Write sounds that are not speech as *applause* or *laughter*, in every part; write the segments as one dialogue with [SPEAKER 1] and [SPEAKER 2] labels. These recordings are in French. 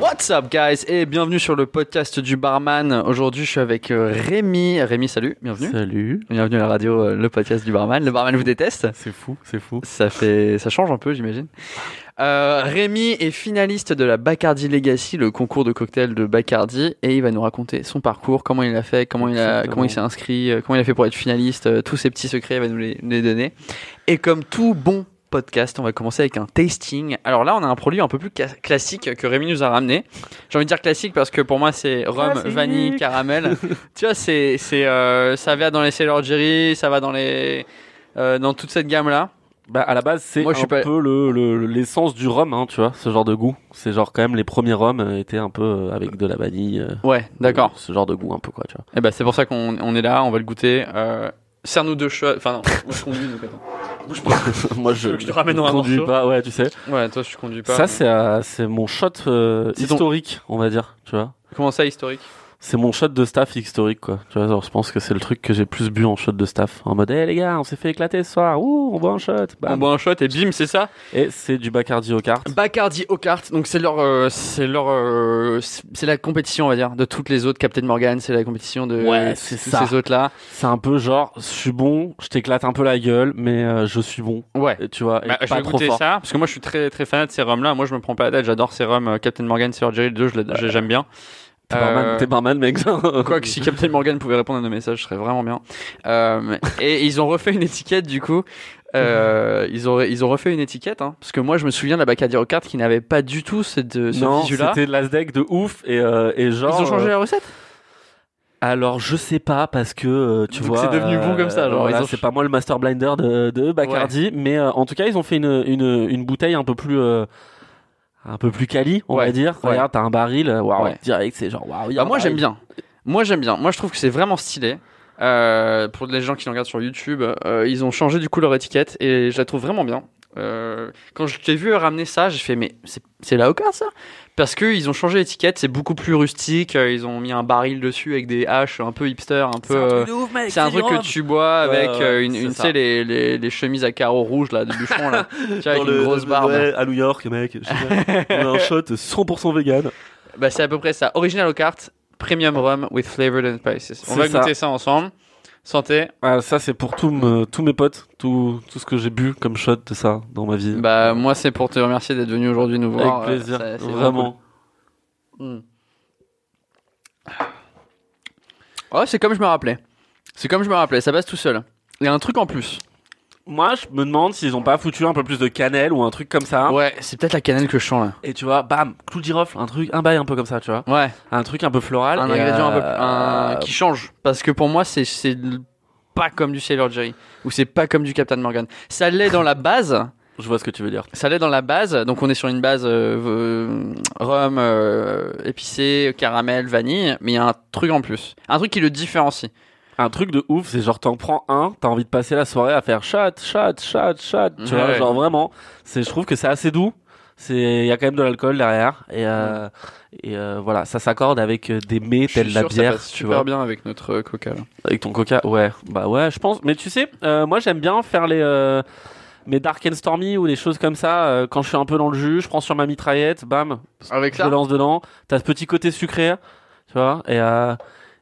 [SPEAKER 1] What's up guys et bienvenue sur le podcast du barman. Aujourd'hui je suis avec euh, Rémi. Rémi salut, bienvenue.
[SPEAKER 2] Salut.
[SPEAKER 1] Bienvenue à la radio, euh, le podcast du barman. Le barman vous déteste.
[SPEAKER 2] C'est fou, c'est fou.
[SPEAKER 1] Ça fait, ça change un peu, j'imagine. Euh, Rémi est finaliste de la Bacardi Legacy, le concours de cocktail de Bacardi, et il va nous raconter son parcours, comment il a fait, comment il a,
[SPEAKER 2] Exactement.
[SPEAKER 1] comment il s'est inscrit, euh, comment il a fait pour être finaliste, euh, tous ses petits secrets, il va nous les, nous les donner. Et comme tout bon podcast, on va commencer avec un tasting. Alors là, on a un produit un peu plus ca- classique que Rémi nous a ramené. J'ai envie de dire classique parce que pour moi, c'est rhum,
[SPEAKER 2] Classique.
[SPEAKER 1] vanille, caramel. tu vois, c'est, c'est, euh, ça va dans les Sailor Jerry, ça va dans les, euh, dans toute cette gamme là.
[SPEAKER 2] Bah à la base c'est
[SPEAKER 1] Moi,
[SPEAKER 2] un
[SPEAKER 1] je suis pas-
[SPEAKER 2] peu le- le- l'essence du rhum, hein, tu vois, ce genre de goût. C'est genre quand même les premiers rhums euh, étaient un peu euh, avec de la vanille. euh,
[SPEAKER 1] Ouais, d'accord.
[SPEAKER 2] euh, Ce genre de goût un peu quoi, tu vois.
[SPEAKER 1] *laughs*
[SPEAKER 2] *laughs*
[SPEAKER 1] Eh ben, c'est pour ça qu'on on est là, on va le goûter. Euh, Serre-nous deux choses. Enfin, non, moi je conduis, donc attends.
[SPEAKER 2] Moi je,
[SPEAKER 1] veux que je te ramène dans un
[SPEAKER 2] conduis
[SPEAKER 1] morceau.
[SPEAKER 2] pas, ouais, tu sais.
[SPEAKER 1] Ouais, toi, je conduis pas.
[SPEAKER 2] Ça c'est euh, c'est mon shot euh,
[SPEAKER 1] C'est ton-
[SPEAKER 2] historique, on va dire, tu vois.
[SPEAKER 1] Comment ça, historique
[SPEAKER 2] C'est mon shot de staff historique quoi. Tu vois, genre, je pense que c'est le truc que j'ai plus bu en shot de staff. En mode, hé les gars, on s'est fait éclater ce soir. Ouh, on boit un shot. Bam.
[SPEAKER 1] On boit un shot et bim, c'est ça
[SPEAKER 2] Et c'est du Bacardi aux cartes.
[SPEAKER 1] Bacardi aux cartes, donc c'est leur. euh, c'est leur. euh, c'est c'est la compétition, on va dire, de toutes les autres. Captain Morgan, c'est la compétition de
[SPEAKER 2] Ouais, c'est
[SPEAKER 1] tous
[SPEAKER 2] ça.
[SPEAKER 1] ces autres-là.
[SPEAKER 2] C'est un peu genre, je suis bon, je t'éclate un peu la gueule, mais euh, je suis bon.
[SPEAKER 1] Ouais.
[SPEAKER 2] Et tu vois, et
[SPEAKER 1] Bah, je
[SPEAKER 2] pas
[SPEAKER 1] vais
[SPEAKER 2] trop
[SPEAKER 1] goûter
[SPEAKER 2] fort.
[SPEAKER 1] ça, parce que moi je suis très très fan de ces rhums-là. Moi je me prends pas la tête, j'adore ces rhums. euh, Captain Morgan, Sailor Jerry, les deux, je les- je les- j'aime bien.
[SPEAKER 2] T'es barman,
[SPEAKER 1] Euh,
[SPEAKER 2] t'es barman, mec.
[SPEAKER 1] *laughs* Quoi que si Captain Morgan pouvait répondre à nos messages, ce serait vraiment bien. Euh, et ils ont refait une étiquette du coup. Euh, ils ont ils ont refait une étiquette hein, parce que moi je me souviens de la Bacardi Rocard qui n'avait pas du tout cette euh, ce
[SPEAKER 2] non,
[SPEAKER 1] visu-là.
[SPEAKER 2] c'était de l'Asdec de ouf et, euh, et
[SPEAKER 1] Ils
[SPEAKER 2] genre.
[SPEAKER 1] ont changé
[SPEAKER 2] euh,
[SPEAKER 1] la recette.
[SPEAKER 2] alors je sais pas parce que euh, tu
[SPEAKER 1] Donc
[SPEAKER 2] vois.
[SPEAKER 1] c'est devenu
[SPEAKER 2] euh,
[SPEAKER 1] bon comme ça, genre,
[SPEAKER 2] voilà,
[SPEAKER 1] ils ont-
[SPEAKER 2] c'est pas moi le master blinder de, de Bacardi, mais euh, en tout cas ils ont fait une une, une bouteille un peu plus. euh, un peu plus quali, on
[SPEAKER 1] Ouais,
[SPEAKER 2] va dire.
[SPEAKER 1] ouais.
[SPEAKER 2] Regarde, t'as un baril, euh, waouh,
[SPEAKER 1] Ouais.
[SPEAKER 2] direct, c'est genre waouh. il y
[SPEAKER 1] Bah,
[SPEAKER 2] a un
[SPEAKER 1] moi
[SPEAKER 2] baril.
[SPEAKER 1] j'aime bien. Moi j'aime bien. Moi je trouve que c'est vraiment stylé. Euh, pour les gens qui le regardent sur YouTube, euh, ils ont changé du coup leur étiquette et je la trouve vraiment bien. Euh, quand je t'ai vu ramener ça, j'ai fait mais c'est- c'est la Ocar ça Parce que ils ont changé l'étiquette, c'est beaucoup plus rustique. euh, ils ont mis un baril dessus avec des haches un peu hipster, un peu. euh,
[SPEAKER 2] de ouf, mec.
[SPEAKER 1] C'est un truc
[SPEAKER 2] du
[SPEAKER 1] que
[SPEAKER 2] rhum.
[SPEAKER 1] tu bois
[SPEAKER 2] Ouais,
[SPEAKER 1] avec
[SPEAKER 2] ouais,
[SPEAKER 1] euh, une,
[SPEAKER 2] c'est
[SPEAKER 1] une tu
[SPEAKER 2] ça.
[SPEAKER 1] sais les, les, les chemises à carreaux rouges là de bûcheron
[SPEAKER 2] *laughs*
[SPEAKER 1] là, tu vois, avec
[SPEAKER 2] Dans
[SPEAKER 1] une
[SPEAKER 2] le-
[SPEAKER 1] grosse barbe.
[SPEAKER 2] ouais, à New York, mec. Je *laughs* sais pas. On a un shot 100% vegan.
[SPEAKER 1] Bah, c'est à peu près ça. Original aux cartes, premium rum with flavored and spices. On
[SPEAKER 2] C'est
[SPEAKER 1] va
[SPEAKER 2] ça.
[SPEAKER 1] goûter ça ensemble. Santé.
[SPEAKER 2] Ah, ça, c'est pour tous me- tous mes potes, tout, tout ce que j'ai bu comme shot de ça dans ma vie.
[SPEAKER 1] Bah, moi, c'est pour te remercier d'être venu aujourd'hui nous
[SPEAKER 2] Avec
[SPEAKER 1] voir. Euh,
[SPEAKER 2] plaisir,
[SPEAKER 1] ça- c'est
[SPEAKER 2] vraiment.
[SPEAKER 1] cool. Mm. Oh, c'est comme je me rappelais. C'est comme je me rappelais, ça passe tout seul. Il y a un truc en plus.
[SPEAKER 2] Moi, je me demande s'ils ont pas foutu un peu plus de cannelle ou un truc comme ça.
[SPEAKER 1] ouais, c'est peut-être la cannelle que je sens là.
[SPEAKER 2] Et tu vois, bam, clou de girofle, un truc, un bail un peu comme ça, tu vois.
[SPEAKER 1] Ouais,
[SPEAKER 2] Un truc un peu floral.
[SPEAKER 1] un
[SPEAKER 2] et,
[SPEAKER 1] ingrédient un peu
[SPEAKER 2] euh,
[SPEAKER 1] un- qui change. Parce que pour moi, c'est- c'est pas comme du Sailor Jerry ou c'est pas comme du Captain Morgan. Ça l'est dans la base,
[SPEAKER 2] Je vois ce que tu veux dire.
[SPEAKER 1] Ça l'est dans la base, donc on est sur une base euh, euh, rhum, euh, épicé, caramel, vanille, mais il y a un truc en plus. Un truc qui le différencie.
[SPEAKER 2] Un truc de ouf, c'est genre t'en prends un, t'as envie de passer la soirée à faire chat, chat, chat, chat. Tu vois,
[SPEAKER 1] Ouais.
[SPEAKER 2] genre vraiment, c'est, je trouve que c'est assez doux. C'est, il y a quand même de l'alcool derrière et euh, et euh, voilà, ça s'accorde avec euh, des mets
[SPEAKER 1] Je suis
[SPEAKER 2] tels la
[SPEAKER 1] sûr que ça
[SPEAKER 2] bière,
[SPEAKER 1] passe
[SPEAKER 2] tu
[SPEAKER 1] super
[SPEAKER 2] vois,
[SPEAKER 1] bien avec notre euh, coca. là.
[SPEAKER 2] avec ton coca. Ouais, bah ouais, je pense. Mais tu sais, euh, moi j'aime bien faire les euh, mes dark and stormy ou des choses comme ça. euh, quand je suis un peu dans le jus, je prends sur ma mitraillette, bam,
[SPEAKER 1] Avec
[SPEAKER 2] je le
[SPEAKER 1] ça
[SPEAKER 2] lance dedans. T'as ce petit côté sucré, tu vois, et euh,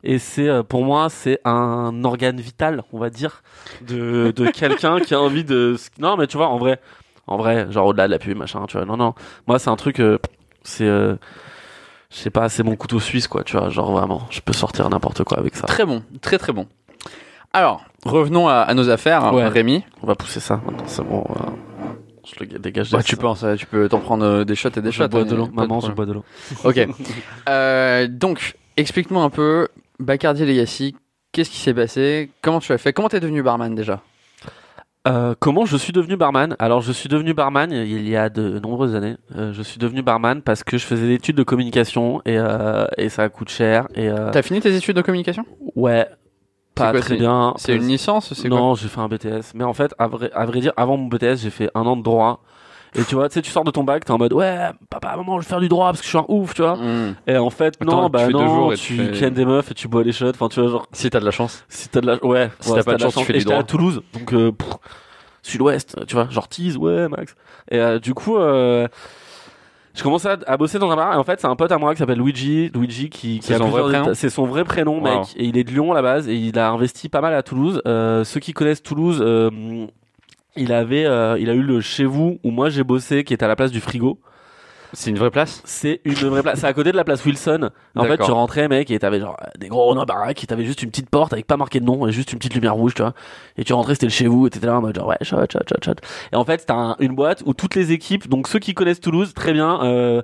[SPEAKER 2] et c'est euh, pour moi c'est un organe vital, on va dire, de de quelqu'un qui a envie de. Non, mais tu vois, en vrai, en vrai, genre au-delà de la pub, machin, tu vois. Non, non, moi c'est un truc, euh, c'est, euh, je sais pas, c'est mon couteau suisse, quoi, tu vois, genre vraiment, je peux sortir n'importe quoi avec ça.
[SPEAKER 1] Très bon, très très bon. Alors, revenons à, à nos affaires, hein,
[SPEAKER 2] Ouais.
[SPEAKER 1] Rémi.
[SPEAKER 2] On va pousser ça. maintenant, C'est bon. on va- Je le dégage.
[SPEAKER 1] Bah, tu peux, en- ça, tu peux t'en prendre euh, des shots et des shots.
[SPEAKER 2] Je bois
[SPEAKER 1] hein,
[SPEAKER 2] de l'eau.
[SPEAKER 1] pas
[SPEAKER 2] Maman, je
[SPEAKER 1] problème.
[SPEAKER 2] bois de l'eau.
[SPEAKER 1] Ok. Euh, donc, explique-moi un peu Bacardi Legacy. Qu'est-ce qui s'est passé Comment tu as fait Comment t'es devenu barman déjà
[SPEAKER 2] Euh, comment je suis devenu barman Alors je suis devenu barman il y a de nombreuses années. Euh, je suis devenu barman parce que je faisais des études de communication et, euh, et ça coûte cher et euh,
[SPEAKER 1] T'as fini tes études de communication
[SPEAKER 2] ouais pas
[SPEAKER 1] quoi,
[SPEAKER 2] très bien.
[SPEAKER 1] C'est une licence C'est quoi
[SPEAKER 2] Non, j'ai fait un BTS. Mais en fait, à vrai, à vrai dire, avant mon BTS, j'ai fait un an de droit. Et tu vois, tu sais, tu sors de ton bac, t'es en mode ouais, papa, maman, je vais faire du droit parce que je suis un ouf, tu vois.
[SPEAKER 1] Mm.
[SPEAKER 2] Et en fait,
[SPEAKER 1] Attends,
[SPEAKER 2] non,
[SPEAKER 1] tu
[SPEAKER 2] bah
[SPEAKER 1] fais deux jours
[SPEAKER 2] non,
[SPEAKER 1] et
[SPEAKER 2] tu
[SPEAKER 1] tu fais-
[SPEAKER 2] kennes des meufs et tu bois des shots. Enfin, tu vois, genre
[SPEAKER 1] Si t'as de la chance.
[SPEAKER 2] Si t'as de la, ouais,
[SPEAKER 1] Si
[SPEAKER 2] ouais,
[SPEAKER 1] t'as pas de
[SPEAKER 2] la
[SPEAKER 1] chance, tu fais
[SPEAKER 2] Et
[SPEAKER 1] du
[SPEAKER 2] j'étais à
[SPEAKER 1] droit.
[SPEAKER 2] Toulouse, donc euh, pff, sud-ouest, tu vois, genre tease, ouais, Max. Et euh, du coup, euh, je commençais à, à bosser dans un bar et en fait c'est un pote à moi qui s'appelle Luigi Luigi qui, qui
[SPEAKER 1] C'est
[SPEAKER 2] a
[SPEAKER 1] son vrai
[SPEAKER 2] plusieurs-
[SPEAKER 1] prénom
[SPEAKER 2] c'est son vrai prénom mec
[SPEAKER 1] Wow.
[SPEAKER 2] et il est de Lyon à la base et il a investi pas mal à Toulouse Euh, ceux qui connaissent Toulouse euh, il avait euh, il a eu le chez vous où moi j'ai bossé qui est à la place du frigo
[SPEAKER 1] C'est une vraie place
[SPEAKER 2] c'est une vraie place. C'est à côté de la place Wilson. En fait,
[SPEAKER 1] D'accord.
[SPEAKER 2] tu rentrais, mec, et t'avais genre euh, des gros noms à baraque, et t'avais juste une petite porte avec pas marqué de nom, et juste une petite lumière rouge, tu vois. Et tu rentrais, c'était le chez vous, et t'étais là en mode genre ouais, shot, shot, shot, shot. Et en fait, t'as un- une boîte où toutes les équipes, donc ceux qui connaissent Toulouse, très bien, euh,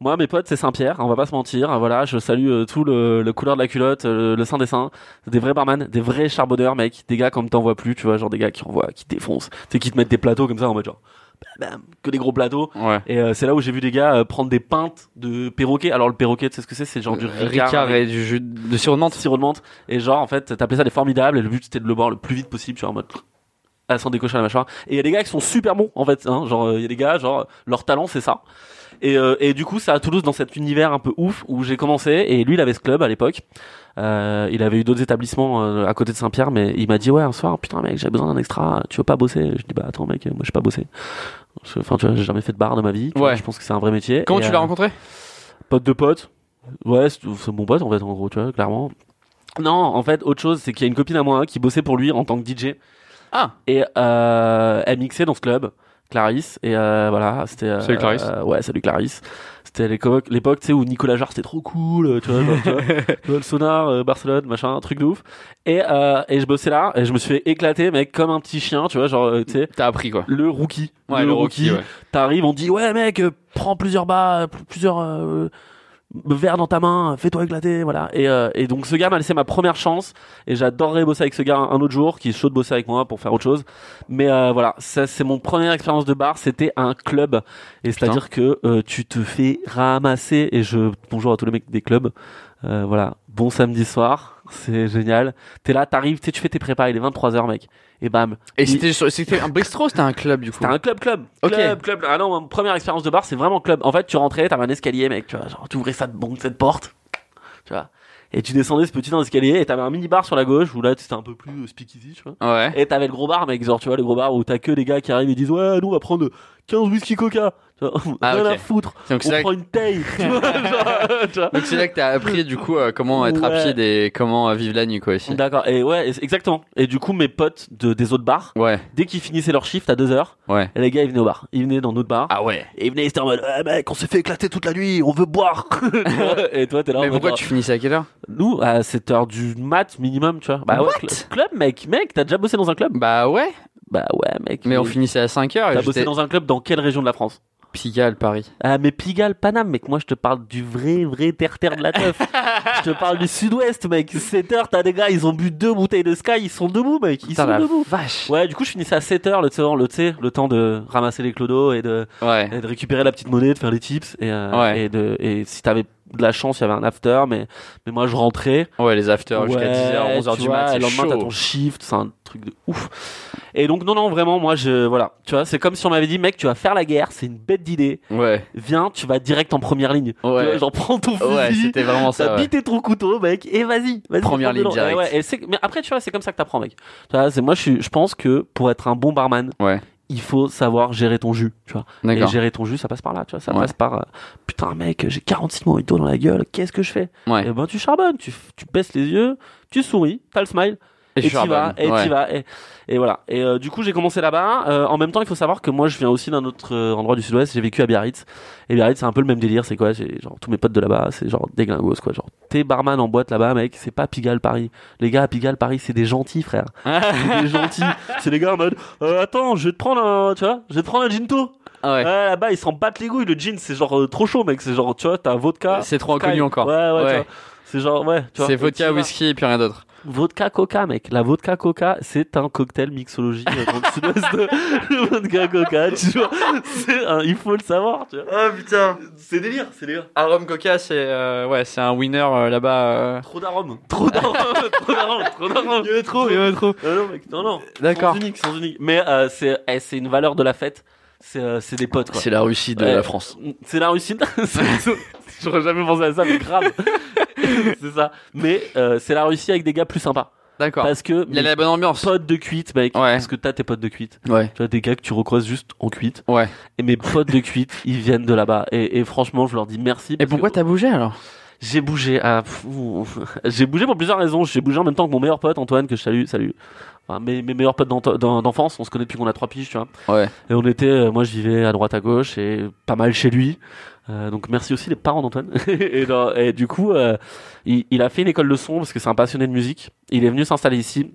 [SPEAKER 2] moi, mes potes, c'est Saint-Pierre, on va pas se mentir. euh, Voilà, je salue euh, tout le, le couleur de la culotte, euh, le sein des seins. Des vrais barman, des vrais charbonneurs, mec. Des gars comme t'en vois plus, tu vois, genre des gars qui envoient, qui défoncent. Tu sais, qui te mettent des plateaux comme ça en mode genre, bam, bam, que des gros plateaux.
[SPEAKER 1] Ouais.
[SPEAKER 2] Et euh, c'est là où j'ai vu des gars euh, prendre des pintes de perroquet. Alors le perroquet, tu sais ce que c'est C'est genre du ricard,
[SPEAKER 1] Euh, Ricard
[SPEAKER 2] avec
[SPEAKER 1] et du jus de sirop de menthe.
[SPEAKER 2] sirop de menthe. Et genre en fait, t'appelais ça des formidables. Et le but c'était de le boire le plus vite possible. Tu vois en mode ah, sans décocher à la mâchoire. Et il y a des gars qui sont super bons en fait. Hein, genre euh, il y a des gars genre leur talent c'est ça. Et, euh, et du coup, c'est à Toulouse dans cet univers un peu ouf où j'ai commencé. Et lui, il avait ce club à l'époque. Euh, il avait eu d'autres établissements euh, à côté de Saint-Pierre, mais il m'a dit ouais un soir, putain mec, j'ai besoin d'un extra. Tu veux pas bosser Je dis bah attends mec, moi je sais pas bosser. Enfin tu vois, j'ai jamais fait de bar de ma vie. Tu vois,
[SPEAKER 1] Ouais.
[SPEAKER 2] Je pense que c'est un vrai métier.
[SPEAKER 1] Comment
[SPEAKER 2] Et,
[SPEAKER 1] tu
[SPEAKER 2] euh,
[SPEAKER 1] l'as rencontré
[SPEAKER 2] Pote de pote. Ouais, c'est c'est mon pote en fait, en gros, tu vois, clairement. Non, en fait, autre chose, c'est qu'il y a une copine à moi qui bossait pour lui en tant que DJ.
[SPEAKER 1] Ah.
[SPEAKER 2] Et euh, elle mixait dans ce club, Clarisse. Et euh, voilà, c'était. euh,
[SPEAKER 1] Salut, Clarisse.
[SPEAKER 2] euh, ouais, salut Clarisse. C'était à l'époque, l'époque, tu sais, où Nicolas Jarre c'était trop cool, euh, tu vois, genre,
[SPEAKER 1] *laughs*
[SPEAKER 2] tu vois, tu vois, le sonar, euh, Barcelone, machin, un truc de ouf. Et, euh, et je bossais là, et je me suis fait éclater, mec, comme un petit chien, tu vois, genre, euh, tu sais,
[SPEAKER 1] T'as appris quoi
[SPEAKER 2] le rookie.
[SPEAKER 1] ouais.
[SPEAKER 2] T'arrives, on te dit ouais mec, euh, prends plusieurs bas, euh, pl- plusieurs euh, verres dans ta main, euh, fais-toi éclater, voilà. Et, euh, et donc ce gars m'a laissé ma première chance et j'adorerais bosser avec ce gars un un autre jour, qui est chaud de bosser avec moi pour faire autre chose. Mais euh, voilà, ça c'est mon première expérience de bar, c'était un club et c'est à dire que euh, tu te fais ramasser et je bonjour à tous les mecs des clubs, Euh, voilà, bon samedi soir, c'est génial. T'es là, t'arrives, tu sais, tu fais tes prépas, il est 23 h mec et bam.
[SPEAKER 1] Et
[SPEAKER 2] Il-
[SPEAKER 1] c'était sur- c'était un bistrot, c'était un club du coup.
[SPEAKER 2] C'était un club club.
[SPEAKER 1] Ok.
[SPEAKER 2] Club club. Ah non, ma première expérience de bar, c'est vraiment club. En fait, tu rentrais, t'avais un escalier, mec, tu vois, genre t'ouvrais ça de bon cette porte. Tu vois. Et tu descendais ce petit escalier et t'avais un mini bar sur la gauche où là c'était un peu plus euh, speakeasy, tu vois.
[SPEAKER 1] Ouais.
[SPEAKER 2] Et t'avais le gros bar, mec, genre, tu vois, le gros bar où t'as que des gars qui arrivent et disent, ouais, nous, on va prendre 15 whisky coca. Tu vois,
[SPEAKER 1] Ah,
[SPEAKER 2] *laughs* rien
[SPEAKER 1] ok.
[SPEAKER 2] à foutre.
[SPEAKER 1] Donc c'est
[SPEAKER 2] On
[SPEAKER 1] là,
[SPEAKER 2] prend
[SPEAKER 1] *laughs*
[SPEAKER 2] une taille. Tu vois, genre, tu vois.
[SPEAKER 1] donc c'est là que t'as appris du coup euh, comment être
[SPEAKER 2] Ouais.
[SPEAKER 1] rapide et comment euh, vivre la nuit quoi aussi.
[SPEAKER 2] D'accord. Et ouais, et- exactement. Et du coup, mes potes de, des autres bars,
[SPEAKER 1] Ouais,
[SPEAKER 2] dès qu'ils finissaient leur shift à 2 heures,
[SPEAKER 1] ouais.
[SPEAKER 2] les gars, ils venaient au bar. Ils venaient dans notre bar.
[SPEAKER 1] Ah ouais.
[SPEAKER 2] Et il venait, c'était en mode, ouais, mec, on s'est fait éclater toute la nuit, on veut boire. *laughs* Tu vois, et toi, t'es là en
[SPEAKER 1] Mais
[SPEAKER 2] mode,
[SPEAKER 1] pourquoi
[SPEAKER 2] genre,
[SPEAKER 1] tu finissais à quelle heure
[SPEAKER 2] Nous, à 7h du mat minimum, tu vois. Bah ouais, cl- club, mec, mec, t'as déjà bossé dans un club
[SPEAKER 1] Bah ouais.
[SPEAKER 2] Bah ouais, mec.
[SPEAKER 1] Mais on finissait à 5 heures
[SPEAKER 2] T'as
[SPEAKER 1] et
[SPEAKER 2] bossé
[SPEAKER 1] j'étais
[SPEAKER 2] dans un club dans quelle région de la France
[SPEAKER 1] Pigalle, Paris.
[SPEAKER 2] Ah, mais Pigalle, Paname, mec, moi je te parle du vrai, vrai terre-terre de la *laughs* teuf. je te parle du sud-ouest, mec. 7h, t'as des gars, ils ont bu deux bouteilles de Sky, ils sont debout, mec. Ils
[SPEAKER 1] Putain,
[SPEAKER 2] sont
[SPEAKER 1] la
[SPEAKER 2] debout.
[SPEAKER 1] vache.
[SPEAKER 2] Ouais, du coup, je finissais à 7h le temps, le, tu sais, le temps de ramasser les clodos et de,
[SPEAKER 1] Ouais.
[SPEAKER 2] et de récupérer la petite monnaie, de faire les tips et, euh,
[SPEAKER 1] Ouais.
[SPEAKER 2] et de et si t'avais de la chance, il y avait un after, mais mais moi je rentrais
[SPEAKER 1] Ouais, les afters jusqu'à
[SPEAKER 2] Ouais,
[SPEAKER 1] 10h, 11h
[SPEAKER 2] tu
[SPEAKER 1] du
[SPEAKER 2] vois,
[SPEAKER 1] matin.
[SPEAKER 2] et Le lendemain t'as ton shift, c'est un truc de ouf. Et donc non non vraiment moi je voilà, tu vois c'est comme si on m'avait dit mec tu vas faire la guerre, c'est une bête d'idée,
[SPEAKER 1] Ouais,
[SPEAKER 2] viens tu vas direct en première ligne, Tu
[SPEAKER 1] Ouais.
[SPEAKER 2] vois, genre prends ton
[SPEAKER 1] ouais,
[SPEAKER 2] fusil,
[SPEAKER 1] c'était vraiment
[SPEAKER 2] T'as
[SPEAKER 1] ça. ouais.
[SPEAKER 2] bité ton couteau, mec, et vas-y, vas-y.
[SPEAKER 1] Première
[SPEAKER 2] prends
[SPEAKER 1] ligne
[SPEAKER 2] dedans. Et
[SPEAKER 1] direct.
[SPEAKER 2] ouais, et c'est- mais après, tu vois, c'est comme ça que t'apprends, mec. Tu vois, c'est moi, je, suis- je pense que pour être un bon barman,
[SPEAKER 1] Ouais.
[SPEAKER 2] il faut savoir gérer ton jus, tu vois. Et
[SPEAKER 1] D'accord.
[SPEAKER 2] gérer ton jus, ça passe par là, tu vois. Ça
[SPEAKER 1] Ouais.
[SPEAKER 2] passe par euh, putain, mec, j'ai 46 mojitos dans la gueule, qu'est-ce que je fais
[SPEAKER 1] Ouais.
[SPEAKER 2] Et ben, tu charbonnes, tu, f- tu baisses les yeux, tu souris, t'as le smile,
[SPEAKER 1] Et
[SPEAKER 2] et
[SPEAKER 1] je suis
[SPEAKER 2] tu vas,
[SPEAKER 1] Arban.
[SPEAKER 2] et
[SPEAKER 1] Ouais.
[SPEAKER 2] tu vas, et, et voilà. Et euh, du coup, j'ai commencé là-bas. Euh, en même temps, il faut savoir que moi, je viens aussi d'un autre euh, endroit du sud-ouest, j'ai vécu à Biarritz. Et Biarritz, c'est un peu le même délire, c'est quoi J'ai genre tous mes potes de là-bas, c'est genre des glingos, quoi. Genre, t'es barman en boîte là-bas, mec, c'est pas Pigalle Paris. Les gars à Pigalle Paris, c'est des gentils, frère. C'est des gentils. C'est des gars en mode, euh, attends, je vais te prendre un, tu vois, je vais te prendre un ginto.
[SPEAKER 1] *laughs* Ouais.
[SPEAKER 2] Ouais, là-bas, ils s'en battent les couilles. Le jean, c'est genre euh, trop chaud, mec. C'est genre, tu vois, t'as vodka.
[SPEAKER 1] C'est trop
[SPEAKER 2] Sky.
[SPEAKER 1] inconnu encore.
[SPEAKER 2] Ouais, ouais, tu
[SPEAKER 1] Ouais.
[SPEAKER 2] vois. C'est genre, ouais, tu vois.
[SPEAKER 1] C'est
[SPEAKER 2] Et
[SPEAKER 1] vodka,
[SPEAKER 2] tu vas-
[SPEAKER 1] whisky et puis rien d'autre.
[SPEAKER 2] Vodka coca, mec. La vodka coca, c'est un cocktail mixologie euh, dans le sud-ouest. *laughs* le vodka coca, tu vois. C'est un- il faut le savoir, tu vois.
[SPEAKER 1] Ah putain.
[SPEAKER 2] C'est délire, c'est délire.
[SPEAKER 1] Arom Ah, Coca, c'est euh, ouais, c'est un winner euh, là-bas.
[SPEAKER 2] Trop d'arômes. Trop d'arômes, *laughs* trop d'arômes, trop d'arômes.
[SPEAKER 1] en a trop, il y en a trop.
[SPEAKER 2] Non, non, mec, non, non.
[SPEAKER 1] D'accord.
[SPEAKER 2] Sans unique, sans unique. Mais euh, c'est eh, c'est une valeur de la fête. C'est euh, c'est des potes, quoi.
[SPEAKER 1] C'est la Russie de
[SPEAKER 2] Ouais.
[SPEAKER 1] la France.
[SPEAKER 2] Eh, C'est la Russie. *laughs* C'est- *laughs* J'aurais jamais pensé à ça, mais grave. c'est ça. Mais euh, c'est la Russie avec des gars plus sympas.
[SPEAKER 1] D'accord.
[SPEAKER 2] Parce que
[SPEAKER 1] Ah. Il y a la bonne ambiance.
[SPEAKER 2] potes de cuite, mec.
[SPEAKER 1] Ouais.
[SPEAKER 2] Parce que t'as tes potes de cuite.
[SPEAKER 1] Ouais.
[SPEAKER 2] Tu vois, des gars que tu recroises juste en cuite.
[SPEAKER 1] Ouais.
[SPEAKER 2] Et mes potes de cuite, ils viennent de là-bas. Et, et franchement, je leur dis merci.
[SPEAKER 1] Et
[SPEAKER 2] parce
[SPEAKER 1] pourquoi
[SPEAKER 2] que
[SPEAKER 1] t'as bougé alors
[SPEAKER 2] J'ai bougé. à- pff, ouf. *laughs* J'ai bougé pour plusieurs raisons. J'ai bougé en même temps que mon meilleur pote, Antoine, que je salue. Salut. Enfin, mes, mes meilleurs potes d'anto- d'en- d'enfance. On se connaît depuis qu'on a trois piges, tu vois.
[SPEAKER 1] Ouais.
[SPEAKER 2] Et on était, euh, moi, je vivais à droite, à gauche et pas mal chez lui. Euh, donc merci aussi les parents d'Antoine. *laughs* et, dans- et du coup, euh, il, il a fait une école de son parce que c'est un passionné de musique. Il est venu s'installer ici.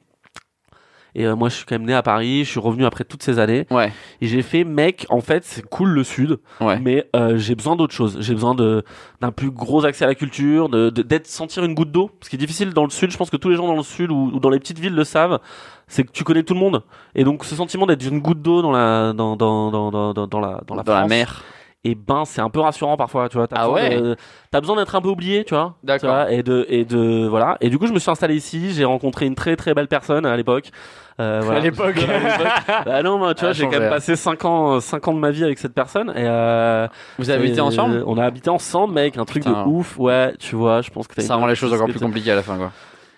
[SPEAKER 2] Et euh, moi, je suis quand même né à Paris. Je suis revenu après toutes ces années.
[SPEAKER 1] Ouais.
[SPEAKER 2] Et j'ai fait, mec, en fait, c'est cool le Sud,
[SPEAKER 1] Ouais.
[SPEAKER 2] mais euh, j'ai besoin d'autre chose. J'ai besoin de d'un plus gros accès à la culture, de de- d'être sentir une goutte d'eau. Ce qui est difficile dans le Sud, je pense que tous les gens dans le Sud ou, ou dans les petites villes le savent, c'est que tu connais tout le monde. Et donc, ce sentiment d'être une goutte d'eau dans la dans dans dans dans dans, dans la dans la, France,
[SPEAKER 1] mer.
[SPEAKER 2] Et ben, c'est un peu rassurant parfois, tu vois. T'as
[SPEAKER 1] Ah
[SPEAKER 2] besoin
[SPEAKER 1] ouais.
[SPEAKER 2] de- T'as besoin d'être un peu oublié, tu vois. Tu
[SPEAKER 1] D'accord.
[SPEAKER 2] vois, et de et de voilà. Et du coup, je me suis installé ici. J'ai rencontré une très très belle personne à l'époque. Euh,
[SPEAKER 1] *laughs*
[SPEAKER 2] voilà.
[SPEAKER 1] À l'époque.
[SPEAKER 2] À l'époque. *laughs* Bah non, moi, tu
[SPEAKER 1] Elle
[SPEAKER 2] vois,
[SPEAKER 1] a
[SPEAKER 2] j'ai quand
[SPEAKER 1] changé,
[SPEAKER 2] même
[SPEAKER 1] hein.
[SPEAKER 2] passé 5 ans, 5 ans de ma vie avec cette personne. Et euh,
[SPEAKER 1] *laughs* Vous avez été
[SPEAKER 2] euh,
[SPEAKER 1] ensemble
[SPEAKER 2] On a habité ensemble, mec, un truc
[SPEAKER 1] Putain.
[SPEAKER 2] de ouf. Ouais, tu vois, je pense que t'as
[SPEAKER 1] Ça
[SPEAKER 2] une-
[SPEAKER 1] rend les choses encore plus
[SPEAKER 2] c'était-
[SPEAKER 1] compliquées à la fin, quoi.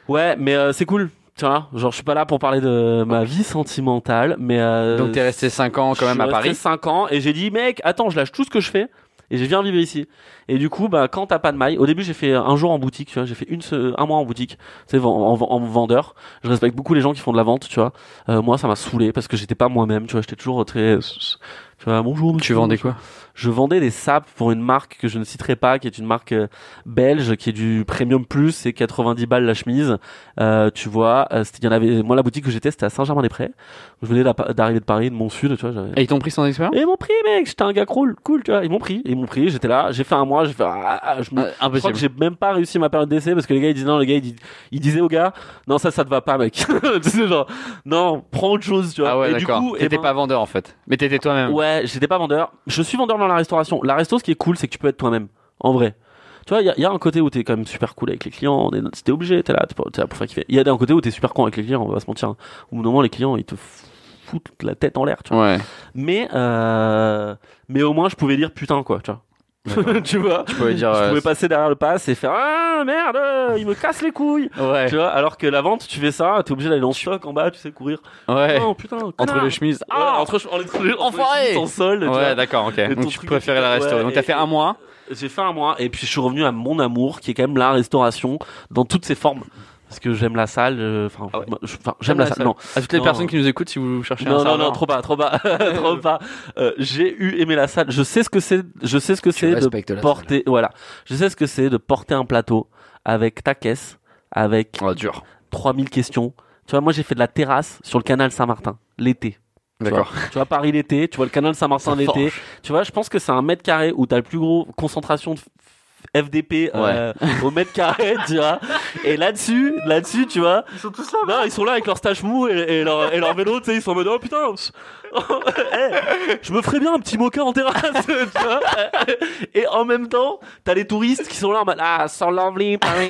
[SPEAKER 2] Ouais, mais euh, c'est cool. Tu vois, genre, je suis pas là pour parler de ma vie sentimentale, mais euh,
[SPEAKER 1] Donc t'es resté 5 ans quand même à Paris.
[SPEAKER 2] 5 ans et j'ai dit mec, attends, je lâche tout ce que je fais et je viens vivre ici. Et du coup, bah quand t'as pas de maille, au début j'ai fait un jour en boutique, tu vois, j'ai fait une se- un mois en boutique, tu sais, en, en- en vendeur. Je respecte beaucoup les gens qui font de la vente, tu vois. Euh, moi, ça m'a saoulé parce que j'étais pas moi-même, tu vois, j'étais toujours très, tu vois, bonjour.
[SPEAKER 1] Tu
[SPEAKER 2] monsieur,
[SPEAKER 1] vendais quoi
[SPEAKER 2] je vendais des sapes pour une marque que je ne citerai pas, qui est une marque euh, belge, qui est du premium plus, c'est 90 balles la chemise. Euh, tu vois, euh, c'était- il y en avait. Moi, la boutique que j'étais, c'était à Saint-Germain-des-Prés. Je venais d'appa- d'arriver de Paris, de mon sud, tu vois. j'avais-
[SPEAKER 1] Et ils t'ont pris sans expérience
[SPEAKER 2] Et ils m'ont pris, mec. J'étais un gars cool, cool, tu vois. Ils m'ont pris, ils m'ont pris. J'étais là, j'ai fait un mois, j'ai fait. ah, ah, je me-
[SPEAKER 1] Euh,
[SPEAKER 2] je crois
[SPEAKER 1] Impossible.
[SPEAKER 2] que j'ai même pas réussi ma période d'essai parce que les gars ils disaient non, les gars ils, dis- ils disaient aux gars non ça ça te va pas mec, *laughs* tu sais genre non prends autre chose tu vois.
[SPEAKER 1] Ah ouais,
[SPEAKER 2] et du
[SPEAKER 1] d'accord.
[SPEAKER 2] coup eh
[SPEAKER 1] T'étais
[SPEAKER 2] ben,
[SPEAKER 1] pas vendeur en fait. Mais t'étais toi-même.
[SPEAKER 2] Ouais, j'étais pas vendeur. Je suis vendeur dans la restauration. La resto, ce qui est cool, c'est que tu peux être toi-même. En vrai. Tu vois, il y a- il y, a un côté où t'es quand même super cool avec les clients. on est- T'es obligé, t'es là, t'es pas- t'es là pour faire kiffer. Il y a un côté où t'es super con avec les clients, on va pas se mentir. hein. Au bout d'un moment, les clients, ils te foutent la tête en l'air, tu vois.
[SPEAKER 1] Ouais.
[SPEAKER 2] Mais, euh, mais au moins, je pouvais dire putain, quoi, tu vois.
[SPEAKER 1] D'accord.
[SPEAKER 2] *laughs* tu vois
[SPEAKER 1] Tu pouvais dire.
[SPEAKER 2] Je
[SPEAKER 1] euh,
[SPEAKER 2] pouvais passer derrière le pass et faire Ah merde, euh, il me casse les couilles.
[SPEAKER 1] Ouais.
[SPEAKER 2] Tu vois, alors que la vente, tu fais ça, t'es obligé d'aller dans le stock en bas, tu sais, courir.
[SPEAKER 1] Ouais.
[SPEAKER 2] Non, putain,
[SPEAKER 1] Entre
[SPEAKER 2] connard.
[SPEAKER 1] les chemises.
[SPEAKER 2] Ouais,
[SPEAKER 1] Ah
[SPEAKER 2] entre, entre les trucs, entre
[SPEAKER 1] Enfoiré.
[SPEAKER 2] les trucs en sol. tu vois.
[SPEAKER 1] Ouais, d'accord, ok.
[SPEAKER 2] ton
[SPEAKER 1] Donc tu
[SPEAKER 2] truc
[SPEAKER 1] préférais la
[SPEAKER 2] de-
[SPEAKER 1] restaurer.
[SPEAKER 2] ouais,
[SPEAKER 1] Donc t'as
[SPEAKER 2] et-
[SPEAKER 1] fait un mois.
[SPEAKER 2] J'ai fait un mois et puis je suis revenu à mon amour qui est quand même la restauration dans toutes ses formes. Parce que j'aime la salle, euh, enfin,
[SPEAKER 1] Ah ouais.
[SPEAKER 2] moi, je- enfin, j'aime la salle, non.
[SPEAKER 1] À toutes les
[SPEAKER 2] Non.
[SPEAKER 1] personnes qui nous écoutent, si vous cherchez un hein.
[SPEAKER 2] Non, non, non,
[SPEAKER 1] serveur.
[SPEAKER 2] trop pas, trop pas, *laughs* trop pas. Euh, j'ai eu aimé la salle. Je sais ce que c'est, je sais ce que c'est de
[SPEAKER 1] respectes la
[SPEAKER 2] porter, voilà. Je sais ce que c'est de porter un plateau avec ta caisse, avec
[SPEAKER 1] Oh, dur.
[SPEAKER 2] 3000 questions. Tu vois, moi, j'ai fait de la terrasse sur le canal Saint-Martin, l'été. Tu vois.
[SPEAKER 1] D'accord.
[SPEAKER 2] Tu vois, Paris l'été, tu vois le canal Saint-Martin
[SPEAKER 1] Ça *laughs*
[SPEAKER 2] l'été,
[SPEAKER 1] forge.
[SPEAKER 2] Tu vois, je pense que c'est un mètre carré où t'as le plus gros concentration de f- FDP euh, au mètre carré, tu vois. Et là-dessus, là-dessus, tu vois. Ils sont tous là. Non, ils sont là avec leur stache mou et, et leur, et leur vélo, tu sais, ils sont en mode, oh putain, *laughs* eh, je me ferais bien un petit mocha en terrasse, *laughs* tu vois. Et en même temps, t'as les touristes qui sont là en mode, ah, so lovely Paris,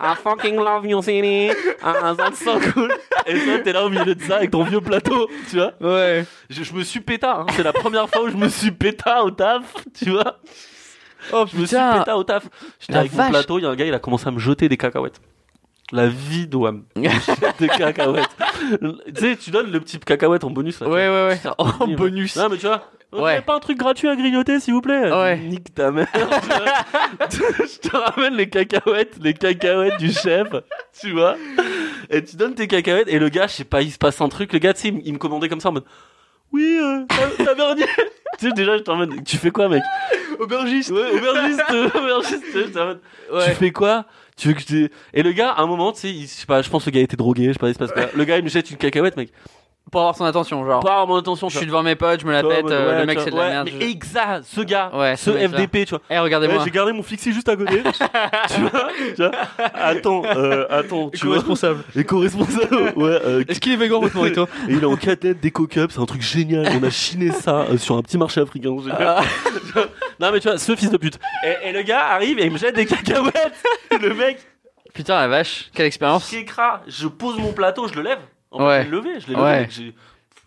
[SPEAKER 2] I fucking love your city, ah, that's so cool. Et toi, t'es là au milieu de ça avec ton vieux plateau, tu vois.
[SPEAKER 1] Ouais.
[SPEAKER 2] Je, je me suis pétard, hein. c'est la première fois où je me suis pétard au taf, tu vois.
[SPEAKER 1] Oh
[SPEAKER 2] Je me suis
[SPEAKER 1] putain.
[SPEAKER 2] pétard au taf. J'étais
[SPEAKER 1] La
[SPEAKER 2] avec mon
[SPEAKER 1] vache.
[SPEAKER 2] plateau, il y a un gars, il a commencé à me jeter des cacahuètes. La
[SPEAKER 1] *laughs*
[SPEAKER 2] vie d'Oam. des cacahuètes. tu sais, tu donnes le petit cacahuète en bonus. Là,
[SPEAKER 1] Ouais, ouais, ouais.
[SPEAKER 2] Putain,
[SPEAKER 1] En
[SPEAKER 2] horrible.
[SPEAKER 1] bonus.
[SPEAKER 2] Non, mais tu vois. on
[SPEAKER 1] Ouais.
[SPEAKER 2] dirait Pas un truc gratuit à grignoter, s'il vous plaît.
[SPEAKER 1] Ouais.
[SPEAKER 2] Nique ta mère. tu vois. *laughs* je te ramène les cacahuètes, les cacahuètes du chef, tu vois. Et tu donnes tes cacahuètes et le gars, je sais pas, il se passe un truc. Le gars, tu sais, il me- il me commandait comme ça en mode, oui, euh, ta- ta dernière. *laughs* tu sais, déjà, je t'en mode, tu fais quoi, mec
[SPEAKER 1] Aubergiste.
[SPEAKER 2] Ouais, aubergiste,
[SPEAKER 1] *laughs*
[SPEAKER 2] aubergiste. tu sais, j'étais en mode, tu fais quoi tu veux que je te- Et le gars, à un moment, tu sais, il- je sais pas, je pense que le gars était drogué, je sais pas, il se passe quoi. Le gars, il me jette une cacahuète, mec.
[SPEAKER 1] Pour avoir son attention, genre.
[SPEAKER 2] Pas en mon attention,
[SPEAKER 1] Je
[SPEAKER 2] tu
[SPEAKER 1] suis devant mes potes, je me la
[SPEAKER 2] Toi,
[SPEAKER 1] pète,
[SPEAKER 2] ouais,
[SPEAKER 1] euh,
[SPEAKER 2] ouais,
[SPEAKER 1] le mec
[SPEAKER 2] tu
[SPEAKER 1] c'est de
[SPEAKER 2] vois,
[SPEAKER 1] la
[SPEAKER 2] ouais,
[SPEAKER 1] merde.
[SPEAKER 2] Mais exact, ce gars,
[SPEAKER 1] Ouais,
[SPEAKER 2] ce
[SPEAKER 1] ce mec-là.
[SPEAKER 2] FDP, tu vois.
[SPEAKER 1] Eh, regardez-moi.
[SPEAKER 2] Ouais, J'ai gardé mon flexi juste à
[SPEAKER 1] *laughs*
[SPEAKER 2] côté. tu, vois, tu vois. Attends, euh, attends, tu vois.
[SPEAKER 1] responsable.
[SPEAKER 2] Et co-responsable. Ouais,
[SPEAKER 1] *laughs*
[SPEAKER 2] euh,
[SPEAKER 1] Est-ce qu'il est végan votre
[SPEAKER 2] *laughs*
[SPEAKER 1] morito
[SPEAKER 2] et il est en cadette déco cup, c'est un truc génial. On a chiné ça euh, sur un petit marché africain. génial. non mais tu vois, ce fils de pute. Et, et le gars arrive et il me jette des cacahuètes. *laughs* le mec,
[SPEAKER 1] Putain la vache, quelle expérience.
[SPEAKER 2] qui écrase. Je pose mon plateau, je le lève. En fait,
[SPEAKER 1] Ouais.
[SPEAKER 2] je l'ai levé, je l'ai
[SPEAKER 1] Ouais.
[SPEAKER 2] levé. J'ai-